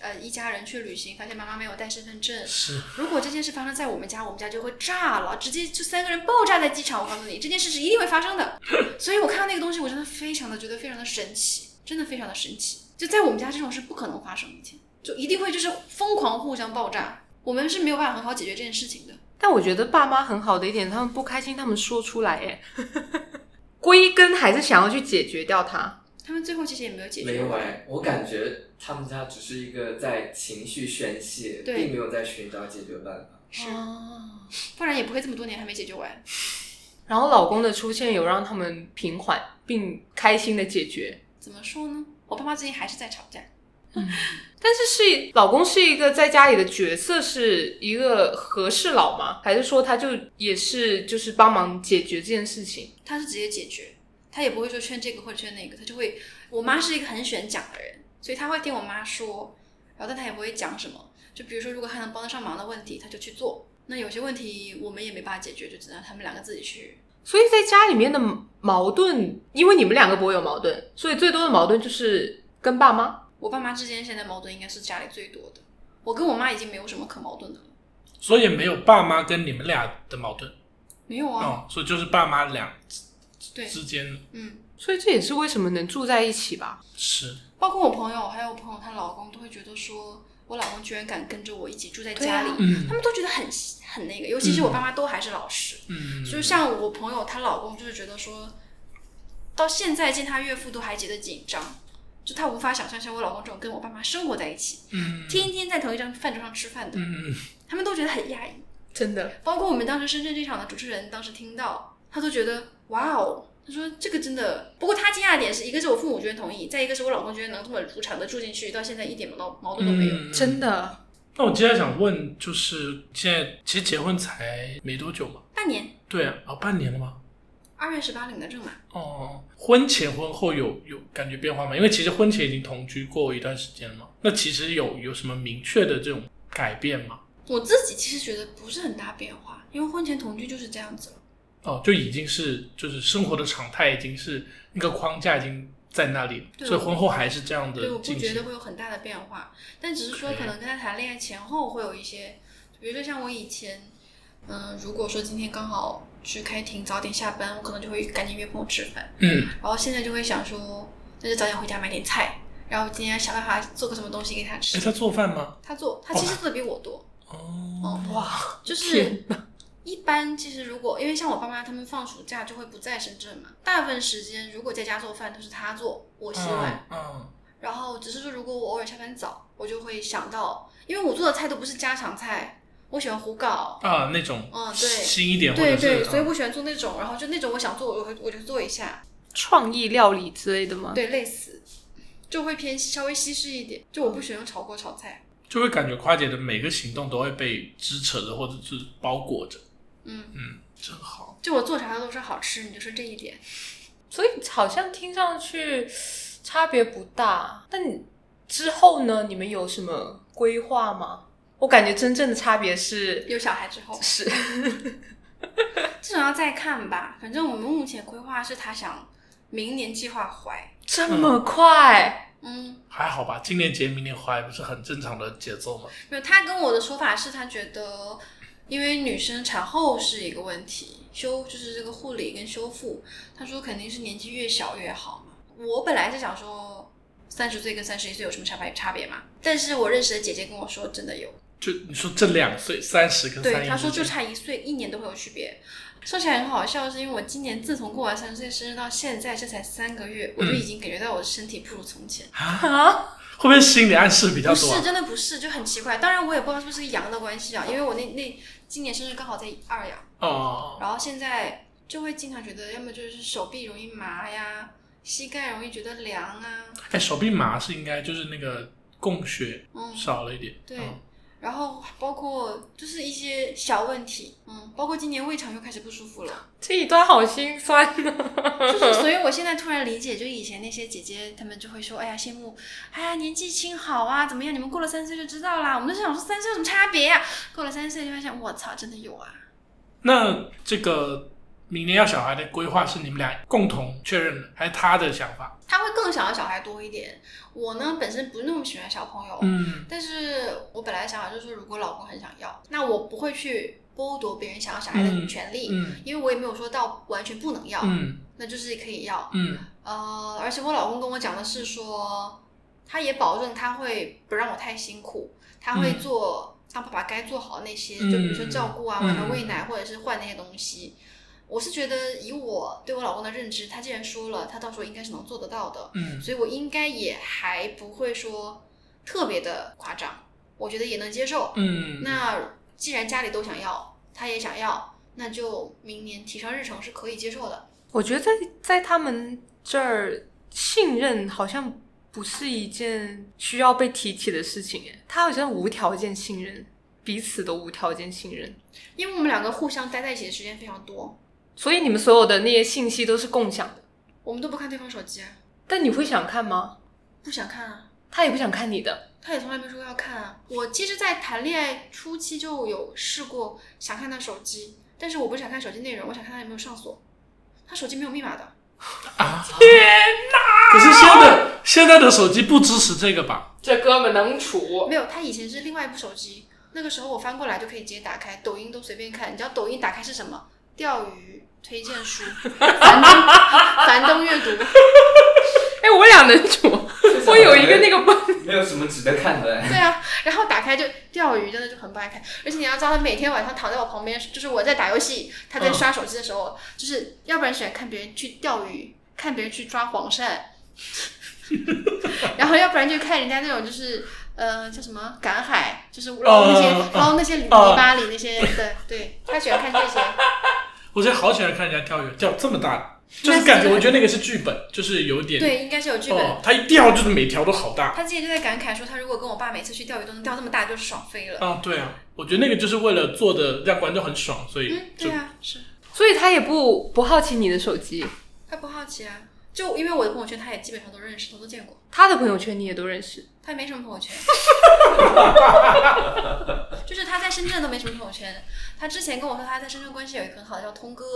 [SPEAKER 3] 呃一家人去旅行，发现妈妈没有带身份证，
[SPEAKER 1] 是
[SPEAKER 3] 如果这件事发生在我们家，我们家就会炸了，直接就三个人爆炸在机场。我告诉你，这件事是一定会发 生的。所以我看到那个东西，我真的非常的觉得非常的神奇，真的非常的神奇。就在我们家这种事不可能发生，以前就一定会就是疯狂互相爆炸，我们是没有办法很好解决这件事情的。
[SPEAKER 2] 但我觉得爸妈很好的一点，他们不开心，他们说出来，哎， 归根还是想要去解决掉它。
[SPEAKER 3] 他们最后其实也没有解决。
[SPEAKER 4] 没有哎，我感觉他们家只是一个在情绪宣泄，
[SPEAKER 3] 对
[SPEAKER 4] 并没有在寻找解决办法。
[SPEAKER 3] 是，
[SPEAKER 2] 哦，
[SPEAKER 3] 不然也不会这么多年还没解决完。
[SPEAKER 2] 然后老公的出现有让他们平缓并开心的解决，
[SPEAKER 3] 怎么说呢？我爸妈最近还是在吵架。
[SPEAKER 2] 但是是老公是一个在家里的角色，是一个和事佬吗？还是说他就也是就是帮忙解决这件事情？
[SPEAKER 3] 他是直接解决，他也不会说劝这个或者劝那个，他就会。我妈是一个很喜欢讲的人，所以他会听我妈说，然后但他也不会讲什么。就比如说，如果他能帮得上忙的问题，他就去做。那有些问题我们也没办法解决，就只能他们两个自己去。
[SPEAKER 2] 所以在家里面的矛盾，因为你们两个不会有矛盾，所以最多的矛盾就是跟爸妈。
[SPEAKER 3] 我爸妈之间现在矛盾应该是家里最多的，我跟我妈已经没有什么可矛盾的了。
[SPEAKER 1] 所以也没有爸妈跟你们俩的矛盾，
[SPEAKER 3] 没有啊，
[SPEAKER 1] 哦，所以就是爸妈俩
[SPEAKER 3] 对，
[SPEAKER 1] 之间
[SPEAKER 3] 嗯，
[SPEAKER 2] 所以这也是为什么能住在一起吧？
[SPEAKER 1] 是，
[SPEAKER 3] 包括我朋友，还有我朋友她老公都会觉得说，我老公居然敢跟着我一起住在家里，
[SPEAKER 2] 对啊
[SPEAKER 1] 嗯
[SPEAKER 3] 他们都觉得很很那个，尤其是我爸妈都还是老师，
[SPEAKER 1] 嗯，
[SPEAKER 3] 就像我朋友她老公就是觉得说，到现在见她岳父都还觉得紧张，就她无法想象像我老公这种跟我爸妈生活在一起，
[SPEAKER 1] 嗯
[SPEAKER 3] 天天在同一张饭桌上吃饭的，
[SPEAKER 1] 嗯，
[SPEAKER 3] 他们都觉得很压抑。
[SPEAKER 2] 真的，
[SPEAKER 3] 包括我们当时深圳这场的主持人，当时听到他都觉得哇哦。他说：“这个真的，不过他惊讶的点是一个是我父母居然同意，再一个是我老公居然能这么如常的住进去，到现在一点矛矛盾都没有。
[SPEAKER 1] 嗯
[SPEAKER 2] 真的，
[SPEAKER 1] 那我接下来想问，就是现在其实结婚才没多久嘛，
[SPEAKER 3] 半年，
[SPEAKER 1] 对啊，哦，半年了吗？
[SPEAKER 3] 二月十八领的证嘛，
[SPEAKER 1] 哦，婚前婚后有有感觉变化吗？因为其实婚前已经同居过一段时间了嘛，那其实有有什么明确的这种改变吗？
[SPEAKER 3] 我自己其实觉得不是很大变化，因为婚前同居就是这样子了。
[SPEAKER 1] 哦，就已经是就是生活的常态，已经是那个框架已经在那里了，
[SPEAKER 3] 对
[SPEAKER 1] 所以婚后还是这样
[SPEAKER 3] 对，
[SPEAKER 1] 的
[SPEAKER 3] 我不
[SPEAKER 1] 进
[SPEAKER 3] 觉得
[SPEAKER 1] 行。
[SPEAKER 3] 会有很大的变化，但只是说
[SPEAKER 1] OK
[SPEAKER 3] 可能跟他谈恋爱前后会有一些，比如说像我以前，嗯、如果说今天刚好去开庭，早点下班，我可能就会赶紧约朋友吃饭，
[SPEAKER 1] 嗯
[SPEAKER 3] 然后现在就会想说，那就早点回家买点菜，然后今天想办法做个什么东西给他
[SPEAKER 1] 诶
[SPEAKER 3] 吃。
[SPEAKER 1] 哎他做饭吗？
[SPEAKER 3] 他做，他其实做的比我多，
[SPEAKER 1] 哦
[SPEAKER 3] 哦，
[SPEAKER 2] 哇，
[SPEAKER 3] 就是
[SPEAKER 2] 天
[SPEAKER 3] 一般其实如果因为像我爸妈他们放暑假就会不在深圳嘛，大部分时间如果在家做饭都是他做，我洗碗。
[SPEAKER 1] 嗯嗯
[SPEAKER 3] 然后只是说，如果我偶尔下班早，我就会想到，因为我做的菜都不是家常菜，我喜欢胡搞，
[SPEAKER 1] 啊，那种
[SPEAKER 3] 嗯对
[SPEAKER 1] 新一点或
[SPEAKER 3] 对
[SPEAKER 1] 者是
[SPEAKER 3] 对，所以
[SPEAKER 1] 嗯
[SPEAKER 3] 我喜欢做那种，然后就那种我想做，我会我就做一下，
[SPEAKER 2] 创意料理之类的吗？
[SPEAKER 3] 对，类似，就会偏稍微西式一点，就我不喜欢用炒锅炒菜，
[SPEAKER 1] 就会感觉夸姐的每个行动都会被支扯着或者是包裹着，
[SPEAKER 3] 嗯，
[SPEAKER 1] 嗯，真好。
[SPEAKER 3] 就我做啥都说好吃，你就说这一点，
[SPEAKER 2] 所以好像听上去差别不大。但之后呢？你们有什么规划吗？我感觉真正的差别是
[SPEAKER 3] 有小孩之后，
[SPEAKER 2] 是，
[SPEAKER 3] 至少要再看吧。反正我们目前规划是他想明年计划怀，
[SPEAKER 2] 这么快，
[SPEAKER 3] 嗯，
[SPEAKER 1] 还好吧，今年结明年怀不是很正常的节奏吗？
[SPEAKER 3] 没有。他跟我的说法是他觉得，因为女生产后是一个问题，修就是这个护理跟修复，他说肯定是年纪越小越好嘛。我本来是想说三十岁跟三十一岁有什么差别差别嘛，但是我认识的姐姐跟我说真的有。
[SPEAKER 1] 就你说这两岁三十跟三
[SPEAKER 3] 对，
[SPEAKER 1] 一，
[SPEAKER 3] 他说就差一岁，一年都会有区别。说起来很好笑，是因为我今年自从过完三十岁生日到现在，这才三个月，我
[SPEAKER 1] 嗯
[SPEAKER 3] 就已经感觉到我的身体不如从前。
[SPEAKER 2] 啊，
[SPEAKER 1] 会不会心理暗示比较
[SPEAKER 3] 不
[SPEAKER 1] 多、
[SPEAKER 3] 是，
[SPEAKER 1] 啊？
[SPEAKER 3] 真的不是，就很奇怪。当然我也不知道是不是阳的关系啊，因为我那那今年生日刚好在二阳，
[SPEAKER 1] 哦，
[SPEAKER 3] 然后现在就会经常觉得，要么就是手臂容易麻呀，膝盖容易觉得凉啊，
[SPEAKER 1] 哎，手臂麻是应该就是那个供血
[SPEAKER 3] 嗯，
[SPEAKER 1] 少了一点，
[SPEAKER 3] 对
[SPEAKER 1] 嗯
[SPEAKER 3] 然后包括就是一些小问题，嗯，包括今年胃肠又开始不舒服了。
[SPEAKER 2] 这一段好心酸啊。
[SPEAKER 3] 就是，所以我现在突然理解，就以前那些姐姐，她们就会说，哎呀，羡慕，哎呀，年纪轻好啊，怎么样？你们过了三岁就知道啦。我们那时候想说三岁有什么差别呀、过了三岁就发现，我操，真的有啊。
[SPEAKER 1] 那这个明年要小孩的规划是你们俩共同确认的，还是他的想法？
[SPEAKER 3] 她会更想要小孩多一点。我呢，本身不是那么喜欢小朋友，
[SPEAKER 1] 嗯，
[SPEAKER 3] 但是我本来想法就是说，如果老公很想要，那我不会去剥夺别人想要小孩的
[SPEAKER 1] 嗯
[SPEAKER 3] 权利，
[SPEAKER 1] 嗯
[SPEAKER 3] 因为我也没有说到完全不能要，
[SPEAKER 1] 嗯
[SPEAKER 3] 那就是可以要。
[SPEAKER 1] 嗯
[SPEAKER 3] 呃，而且我老公跟我讲的是说，他也保证他会不让我太辛苦，他会
[SPEAKER 1] 嗯
[SPEAKER 3] 做当爸爸该做好那些，就比如说照顾啊，
[SPEAKER 1] 嗯
[SPEAKER 3] 晚上喂奶或者是换那些东西。我是觉得以我对我老公的认知，他既然说了，他到时候应该是能做得到的，
[SPEAKER 1] 嗯，
[SPEAKER 3] 所以我应该也还不会说特别的夸张，我觉得也能接受。
[SPEAKER 1] 嗯，
[SPEAKER 3] 那既然家里都想要，他也想要，那就明年提上日程是可以接受的。
[SPEAKER 2] 我觉得在在他们这儿，信任好像不是一件需要被提起的事情，哎，他好像无条件信任，彼此都无条件信任，
[SPEAKER 3] 因为我们两个互相待在一起的时间非常多，
[SPEAKER 2] 所以你们所有的那些信息都是共享的。
[SPEAKER 3] 我们都不看对方手机啊，
[SPEAKER 2] 但你会想看吗？
[SPEAKER 3] 不想看啊。
[SPEAKER 2] 他也不想看你的，
[SPEAKER 3] 他也从来没说要看啊。我其实，在谈恋爱初期就有试过想看他手机，但是我不想看手机内容，我想看他有没有上锁。他手机没有密码的，
[SPEAKER 1] 可是现在的现在的手机不支持这个吧？
[SPEAKER 2] 这哥们能处。
[SPEAKER 3] 没有。他以前是另外一部手机，那个时候我翻过来就可以直接打开，抖音都随便看。你知道抖音打开是什么？钓鱼、推荐书、 樊登、樊登阅读。
[SPEAKER 2] 哎，我俩能 处。我有一个那个不，
[SPEAKER 4] 没有什么值得看的， 哎
[SPEAKER 3] 对啊，然后打开就钓鱼，真的就很不爱看。而且你要知道，他每天晚上躺在我旁边，就是我在打游戏，他在刷手机的时候，就是要不然喜欢看别人去钓鱼，看别人去抓黄鳝，然后要不然就看人家那种就是呃叫什么赶海，就是捞那些、
[SPEAKER 1] 嗯
[SPEAKER 3] 捞那些泥巴里那些的，对他喜欢看这些。
[SPEAKER 1] 我现在好喜欢看人家钓鱼，钓这么大，就是感觉我觉得那个是剧本，就是有点
[SPEAKER 3] 对，应该是有剧本。
[SPEAKER 1] 哦，他一钓就是每条都好大
[SPEAKER 3] 他之前就在感慨说，他如果跟我爸每次去钓鱼都能钓这么大，就是爽飞了。
[SPEAKER 1] 啊，对啊，我觉得那个就是为了做的让观众很爽，所以
[SPEAKER 3] 嗯，
[SPEAKER 1] 就
[SPEAKER 3] 对啊，是。
[SPEAKER 2] 所以他也不不好奇你的手机。
[SPEAKER 3] 他不好奇啊，就因为我的朋友圈他也基本上都认识，他都见过，
[SPEAKER 2] 他的朋友圈你也都认识，
[SPEAKER 3] 他也没什么朋友圈，就是他在深圳都没什么朋友圈。他之前跟我说他在深圳关系有一个很好的叫通哥，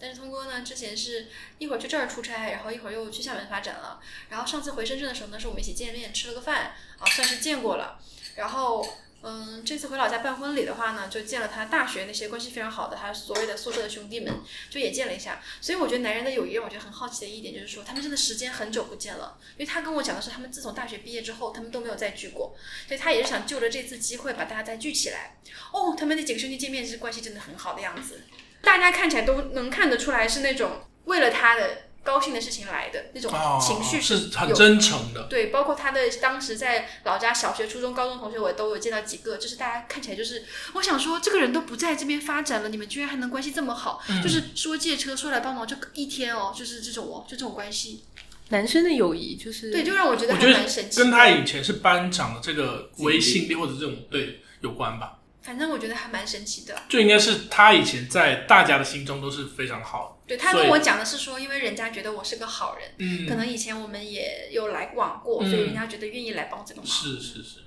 [SPEAKER 3] 但是通哥呢之前是一会儿去这儿出差，然后一会儿又去厦门发展了，然后上次回深圳的时候呢是我们一起见面吃了个饭啊，算是见过了，然后。嗯，这次回老家办婚礼的话呢，就见了他大学那些关系非常好的，他所谓的宿舍的兄弟们，就也见了一下。所以我觉得男人的友谊让我觉得很好奇的一点就是说，他们真的时间很久不见了。因为他跟我讲的是，他们自从大学毕业之后，他们都没有再聚过，所以他也是想就着这次机会把大家再聚起来。哦，他们那几个兄弟见面是关系真的很好的样子，大家看起来都能看得出来是那种为了他的高兴的事情来的那种
[SPEAKER 1] 哦
[SPEAKER 3] 啊情绪
[SPEAKER 1] 是很
[SPEAKER 3] 有
[SPEAKER 1] 真诚的，
[SPEAKER 3] 对，包括他的当时在老家小学、初中、高中同学，我都有见到几个，就是大家看起来就是，我想说这个人都不在这边发展了，你们居然还能关系这么好，
[SPEAKER 1] 嗯
[SPEAKER 3] 就是说借车说来帮忙，就一天哦，就是这种哦，就这种关系，
[SPEAKER 2] 男生的友谊就是
[SPEAKER 3] 对，就让我觉得
[SPEAKER 1] 嗯我
[SPEAKER 3] 还
[SPEAKER 1] 觉得
[SPEAKER 3] 蛮神奇的。
[SPEAKER 1] 跟他以前是班长的这个威信力或者这种对有关吧，
[SPEAKER 3] 反正我觉得还蛮神奇的。
[SPEAKER 1] 就应该是他以前在大家的心中都是非常好
[SPEAKER 3] 对他
[SPEAKER 1] 所
[SPEAKER 3] 跟
[SPEAKER 1] 以
[SPEAKER 3] 我讲的是说，因为人家觉得我是个好人，
[SPEAKER 1] 的，嗯
[SPEAKER 3] 可能以前我们也有来往过，
[SPEAKER 1] 嗯
[SPEAKER 3] 所以人家觉得愿意来帮这个忙。
[SPEAKER 1] 是是是，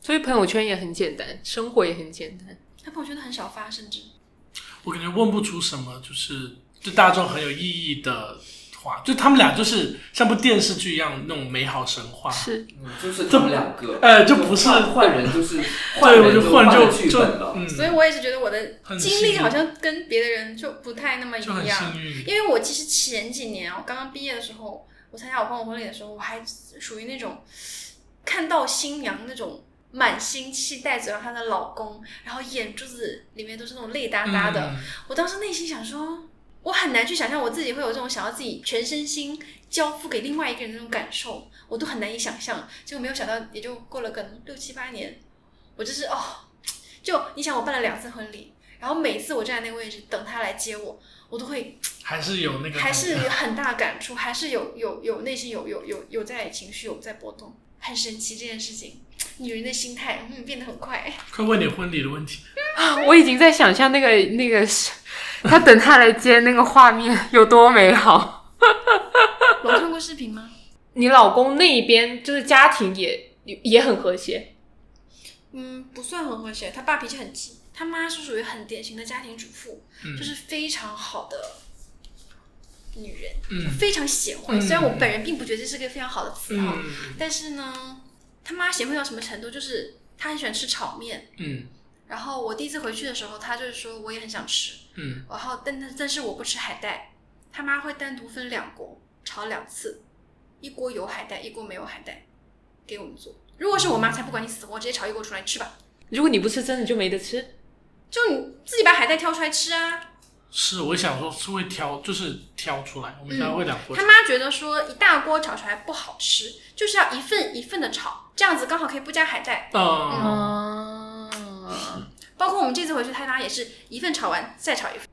[SPEAKER 2] 所以朋友圈也很简单，生活也很简单。
[SPEAKER 3] 但朋友圈都很少发，甚至
[SPEAKER 1] 我感觉问不出什么，就是对大众很有意义的话，就他们俩就是像部电视剧一样那种美好神
[SPEAKER 3] 啊
[SPEAKER 1] 话。
[SPEAKER 2] 是，
[SPEAKER 4] 嗯就是他们两 个，
[SPEAKER 1] 哎就不是
[SPEAKER 4] 换换人就是换
[SPEAKER 1] 对，我
[SPEAKER 4] 人
[SPEAKER 1] 就忽然
[SPEAKER 4] 换
[SPEAKER 1] 就
[SPEAKER 4] 剧
[SPEAKER 1] 就
[SPEAKER 4] 本了，
[SPEAKER 1] 嗯，
[SPEAKER 3] 所以我也是觉得我的
[SPEAKER 1] 很
[SPEAKER 3] 经
[SPEAKER 1] 幸
[SPEAKER 3] 历
[SPEAKER 1] 运
[SPEAKER 3] 好像跟别的人就不太那么
[SPEAKER 1] 就
[SPEAKER 3] 一
[SPEAKER 1] 很
[SPEAKER 3] 样。
[SPEAKER 1] 幸运。
[SPEAKER 3] 因为我其实前几年啊，我刚刚毕业的时候，我参加我朋友婚礼的时候，我还属于那种看到新娘那种满心期待走向她的老公，然后眼珠子里面都是那种泪哒哒的。
[SPEAKER 1] 嗯
[SPEAKER 3] 我当时内心想说，我很难去想象我自己会有这种想要自己全身心交付给另外一个人的那种感受，我都很难以想象。结果没有想到，也就过了可能六七八年，我就是哦，就你想我办了两次婚礼，然后每次我站在那个位置等他来接我，我都会
[SPEAKER 1] 还是有那个，
[SPEAKER 3] 还是有很大感触，还是有有有内心有有有有在情绪有在波动，很神奇这件事情。女人的心态，嗯，变得很快。
[SPEAKER 1] 快问你婚礼的问题。
[SPEAKER 2] 我已经在想象那个那个是，他等他来接那个画面有多美好。
[SPEAKER 3] 有看过视频吗？
[SPEAKER 2] 你老公那一边就是家庭也也很和谐，
[SPEAKER 3] 嗯，不算很和谐。他爸脾气很急，他妈是属于很典型的家庭主妇，
[SPEAKER 1] 嗯
[SPEAKER 3] 就是非常好的女人，
[SPEAKER 1] 嗯
[SPEAKER 3] 非常贤惠。
[SPEAKER 1] 嗯
[SPEAKER 3] 虽然我本人并不觉得这是个非常好的词哈，
[SPEAKER 1] 嗯
[SPEAKER 3] 但是呢，他妈贤惠到什么程度？就是她很喜欢吃炒面。
[SPEAKER 1] 嗯
[SPEAKER 3] 然后我第一次回去的时候，她就是说我也很想吃，
[SPEAKER 1] 嗯
[SPEAKER 3] 然后但但但是我不吃海带，他妈会单独分两锅炒两次，一锅有海带，一锅没有海带，给我们做。如果是我妈才不管你死活，直接炒一锅出来吃吧。
[SPEAKER 2] 如果你不吃，真的就没得吃。
[SPEAKER 3] 就你自己把海带挑出来吃啊。
[SPEAKER 1] 是，我想说是会挑，就是挑出来。我们家会两锅
[SPEAKER 3] 他，妈觉得说一大锅炒出来不好吃，就是要一份一份的炒，这样子刚好可以不加海带。
[SPEAKER 1] 嗯，
[SPEAKER 2] 啊，
[SPEAKER 3] 包括我们这次回去，他妈也是一份炒完再炒一份。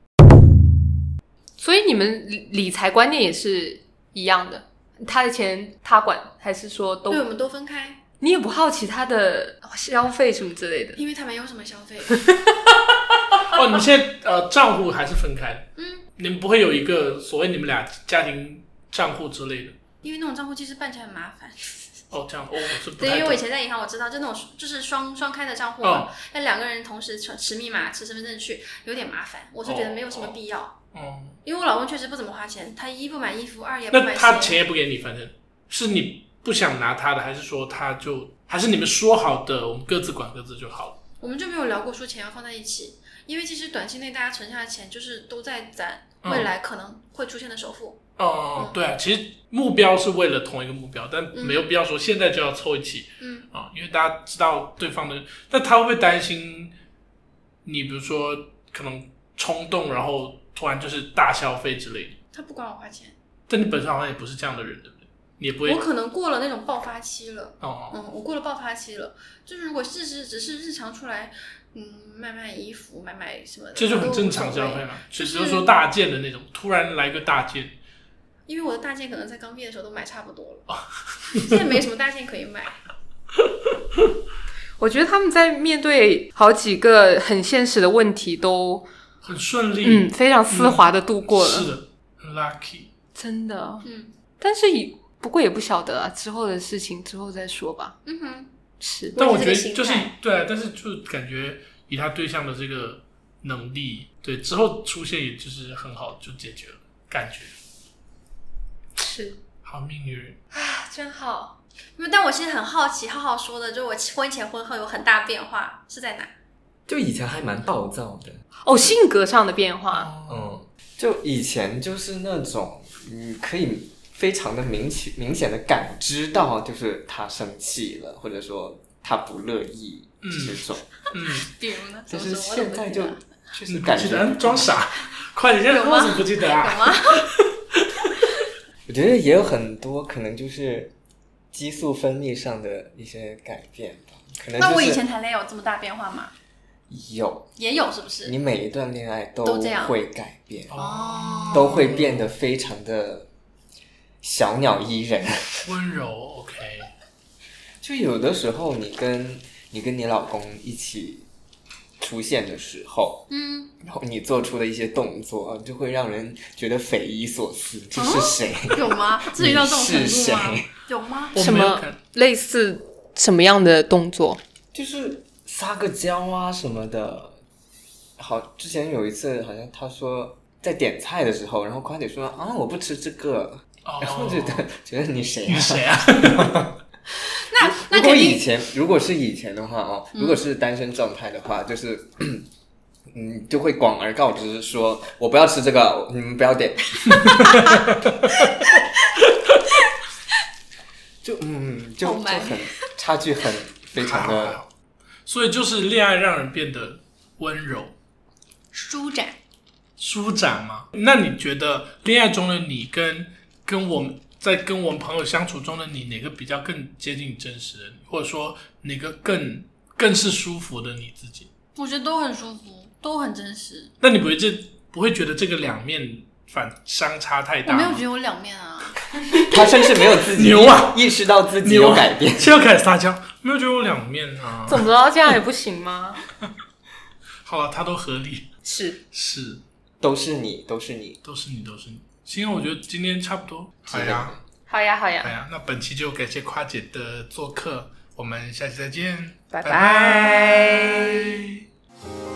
[SPEAKER 2] 所以你们理理财观念也是一样的，他的钱他管，还是说
[SPEAKER 3] 对，我
[SPEAKER 2] 都
[SPEAKER 3] 们都分开，
[SPEAKER 2] 你也不好奇他的消费什么之类的？
[SPEAKER 3] 因为他没有什么消费。
[SPEAKER 1] 哦，你现在呃账户还是分开的，
[SPEAKER 3] 嗯，
[SPEAKER 1] 你们不会有一个所谓你们俩家庭账户之类的。
[SPEAKER 3] 因为那种账户其实办起来很麻烦。
[SPEAKER 1] 哦，这样哦，我是不
[SPEAKER 3] 对，
[SPEAKER 1] 太
[SPEAKER 3] 因为我
[SPEAKER 1] 懂
[SPEAKER 3] 以前在银行我知道，就那种就是双双开的账户
[SPEAKER 1] 哦
[SPEAKER 3] 嘛，那、两个人同时持持密码、持身份证去，有点麻烦。我是觉得没有什么必要，
[SPEAKER 1] 哦，
[SPEAKER 3] 因为我老公确实不怎么花钱，他一不买衣服，二也不嗯
[SPEAKER 1] 那
[SPEAKER 3] 买
[SPEAKER 1] 他
[SPEAKER 3] 鞋。
[SPEAKER 1] 钱也不给你，反正是你不想拿他的，还是说他就还是你们说好的，我们各自管各自就好了。
[SPEAKER 3] 我们就没有聊过说钱要放在一起，因为其实短期内大家存下的钱就是都在攒
[SPEAKER 1] 嗯
[SPEAKER 3] 未来可能会出现的首付。
[SPEAKER 1] 哦
[SPEAKER 3] 嗯，
[SPEAKER 1] 对啊，其实目标是为了同一个目标，但
[SPEAKER 3] 嗯
[SPEAKER 1] 没有必要说现在就要凑一起
[SPEAKER 3] 嗯，
[SPEAKER 1] 啊、因为大家知道对方的，那他会不会担心你，比如说可能冲动，然后突然就是大消费之类的？
[SPEAKER 3] 他不管我花钱，
[SPEAKER 1] 但你本身好像也不是这样的人，对不对？你也不会
[SPEAKER 3] 我可能过了那种爆发期了。
[SPEAKER 1] 哦，
[SPEAKER 3] 嗯，我过了爆发期了，就是如果事实只是日常出来，嗯，卖卖衣服，买买什么的，
[SPEAKER 1] 这就
[SPEAKER 3] 都
[SPEAKER 1] 很
[SPEAKER 3] 无
[SPEAKER 1] 正常
[SPEAKER 3] 所
[SPEAKER 1] 消
[SPEAKER 3] 谓
[SPEAKER 1] 费嘛，只
[SPEAKER 3] 就是
[SPEAKER 1] 是说大件的那种，突然来个大件，
[SPEAKER 3] 因为我的大件可能在刚毕业的时候都买差不多
[SPEAKER 4] 哦
[SPEAKER 3] 了，现在没什么大件可以买。
[SPEAKER 2] 我觉得他们在面对好几个很现实的问题都，
[SPEAKER 1] 很顺利，
[SPEAKER 2] 嗯，非常丝滑的度过了，
[SPEAKER 1] 是的，很 lucky。
[SPEAKER 2] 真的。 哦
[SPEAKER 3] 嗯
[SPEAKER 2] 但是也不过也不晓得啊，之后的事情之后再说吧。
[SPEAKER 3] 嗯哼，
[SPEAKER 2] 是，
[SPEAKER 1] 但我
[SPEAKER 3] 我
[SPEAKER 1] 觉
[SPEAKER 3] 也
[SPEAKER 1] 得
[SPEAKER 3] 是这个
[SPEAKER 1] 就是
[SPEAKER 3] 心态
[SPEAKER 1] 对啊，但是就感觉以他对象的这个能力，对之后出现也就是很好就解决了，感觉
[SPEAKER 2] 是
[SPEAKER 1] 好命女人。
[SPEAKER 2] 啊，真好。
[SPEAKER 3] 因为但我其实很好奇，浩浩说的，就我婚前婚后有很大变化是在哪？
[SPEAKER 4] 就以前还蛮暴躁的，
[SPEAKER 2] 哦，性格上的变化，
[SPEAKER 1] 哦，
[SPEAKER 4] 嗯，就以前就是那种你可以非常的明显明显的感知到，就是他生气了，或者说他不乐意
[SPEAKER 1] 嗯
[SPEAKER 4] 这种，
[SPEAKER 1] 嗯，
[SPEAKER 3] 比如呢？
[SPEAKER 4] 但
[SPEAKER 3] 怎
[SPEAKER 4] 是
[SPEAKER 3] 么说我怎
[SPEAKER 4] 现
[SPEAKER 3] 么
[SPEAKER 4] 在
[SPEAKER 3] 记
[SPEAKER 4] 就
[SPEAKER 3] 得
[SPEAKER 4] 确
[SPEAKER 1] 你
[SPEAKER 4] 实
[SPEAKER 1] 不
[SPEAKER 4] 感
[SPEAKER 1] 记
[SPEAKER 4] 觉
[SPEAKER 1] 得装傻， 快点，现在为什么不记得啊？
[SPEAKER 3] 有吗？
[SPEAKER 4] 我觉得也有很多可能就是激素分泌上的一些改变吧，可能
[SPEAKER 3] 那我以
[SPEAKER 4] 哎就
[SPEAKER 3] 前
[SPEAKER 4] 是
[SPEAKER 3] 谈恋爱有这么大变化吗？
[SPEAKER 4] 有，
[SPEAKER 3] 也有，是不是？
[SPEAKER 4] 你每一段恋爱都
[SPEAKER 3] 都这样
[SPEAKER 4] 会改变，
[SPEAKER 1] 哦，
[SPEAKER 4] 都会变得非常的小鸟依人。
[SPEAKER 1] 温柔，OK，
[SPEAKER 4] 就有的时候你跟你跟你老公一起出现的时候，
[SPEAKER 3] 嗯，
[SPEAKER 4] 然后你做出的一些动作，就会让人觉得匪夷所思，这是谁？
[SPEAKER 3] 有吗？至于到这种程
[SPEAKER 4] 你是
[SPEAKER 3] 度吗
[SPEAKER 4] 谁？
[SPEAKER 3] 有吗？
[SPEAKER 1] 哦我
[SPEAKER 2] 什
[SPEAKER 1] 没有
[SPEAKER 2] 么
[SPEAKER 1] 看，
[SPEAKER 2] 类似什么样的动作？
[SPEAKER 4] 就是撒个娇啊什么的。好，之前有一次好像他说在点菜的时候，然后夸姐说啊我不吃这个，
[SPEAKER 1] 哦，
[SPEAKER 4] 然后就觉得觉得你谁
[SPEAKER 1] 你
[SPEAKER 4] 啊？
[SPEAKER 1] 谁啊？
[SPEAKER 3] 那那
[SPEAKER 4] 如果
[SPEAKER 3] 肯
[SPEAKER 4] 以
[SPEAKER 3] 定嗯
[SPEAKER 4] 前如果是以前的话哦，如果是单身状态的话，就是。嗯，就会广而告之说，我不要吃这个，你们不要点。 就嗯，就
[SPEAKER 3] 好
[SPEAKER 4] 就
[SPEAKER 3] 蛮
[SPEAKER 4] 很差距很非常
[SPEAKER 1] 还好还
[SPEAKER 4] 的
[SPEAKER 1] 好 所以就是恋爱让人变得温柔、
[SPEAKER 3] 舒展。
[SPEAKER 1] 舒展嘛。那你觉得恋爱中的你跟跟我们在跟我们朋友相处中的你，哪个比较更接近真实的你，或者说哪个更更是舒服的你自己？
[SPEAKER 3] 我觉得都很舒服，都很真实。
[SPEAKER 1] 那你不会这不会觉得这个两面反相差
[SPEAKER 4] 啊
[SPEAKER 1] 太
[SPEAKER 3] 我
[SPEAKER 1] 大
[SPEAKER 3] 没有
[SPEAKER 1] 吗
[SPEAKER 3] 觉？得我两面啊，
[SPEAKER 4] 他甚至没有自己
[SPEAKER 1] 牛啊
[SPEAKER 4] 意识到自己
[SPEAKER 1] 牛啊
[SPEAKER 4] 有改变。
[SPEAKER 1] 现在开始撒娇，没有觉得我两面啊？
[SPEAKER 2] 怎么着这样也不行吗？
[SPEAKER 1] 好了，他都合理，
[SPEAKER 2] 是，
[SPEAKER 1] 是
[SPEAKER 4] 都是你，都是你。
[SPEAKER 1] 都是你，都是你。行，我觉得今天差不多。好
[SPEAKER 4] 是
[SPEAKER 1] 呀
[SPEAKER 4] 的，
[SPEAKER 2] 好呀好呀
[SPEAKER 1] 哎，呀，那本期就感谢夸姐的做客，我们下期再见，
[SPEAKER 2] 拜
[SPEAKER 1] 拜拜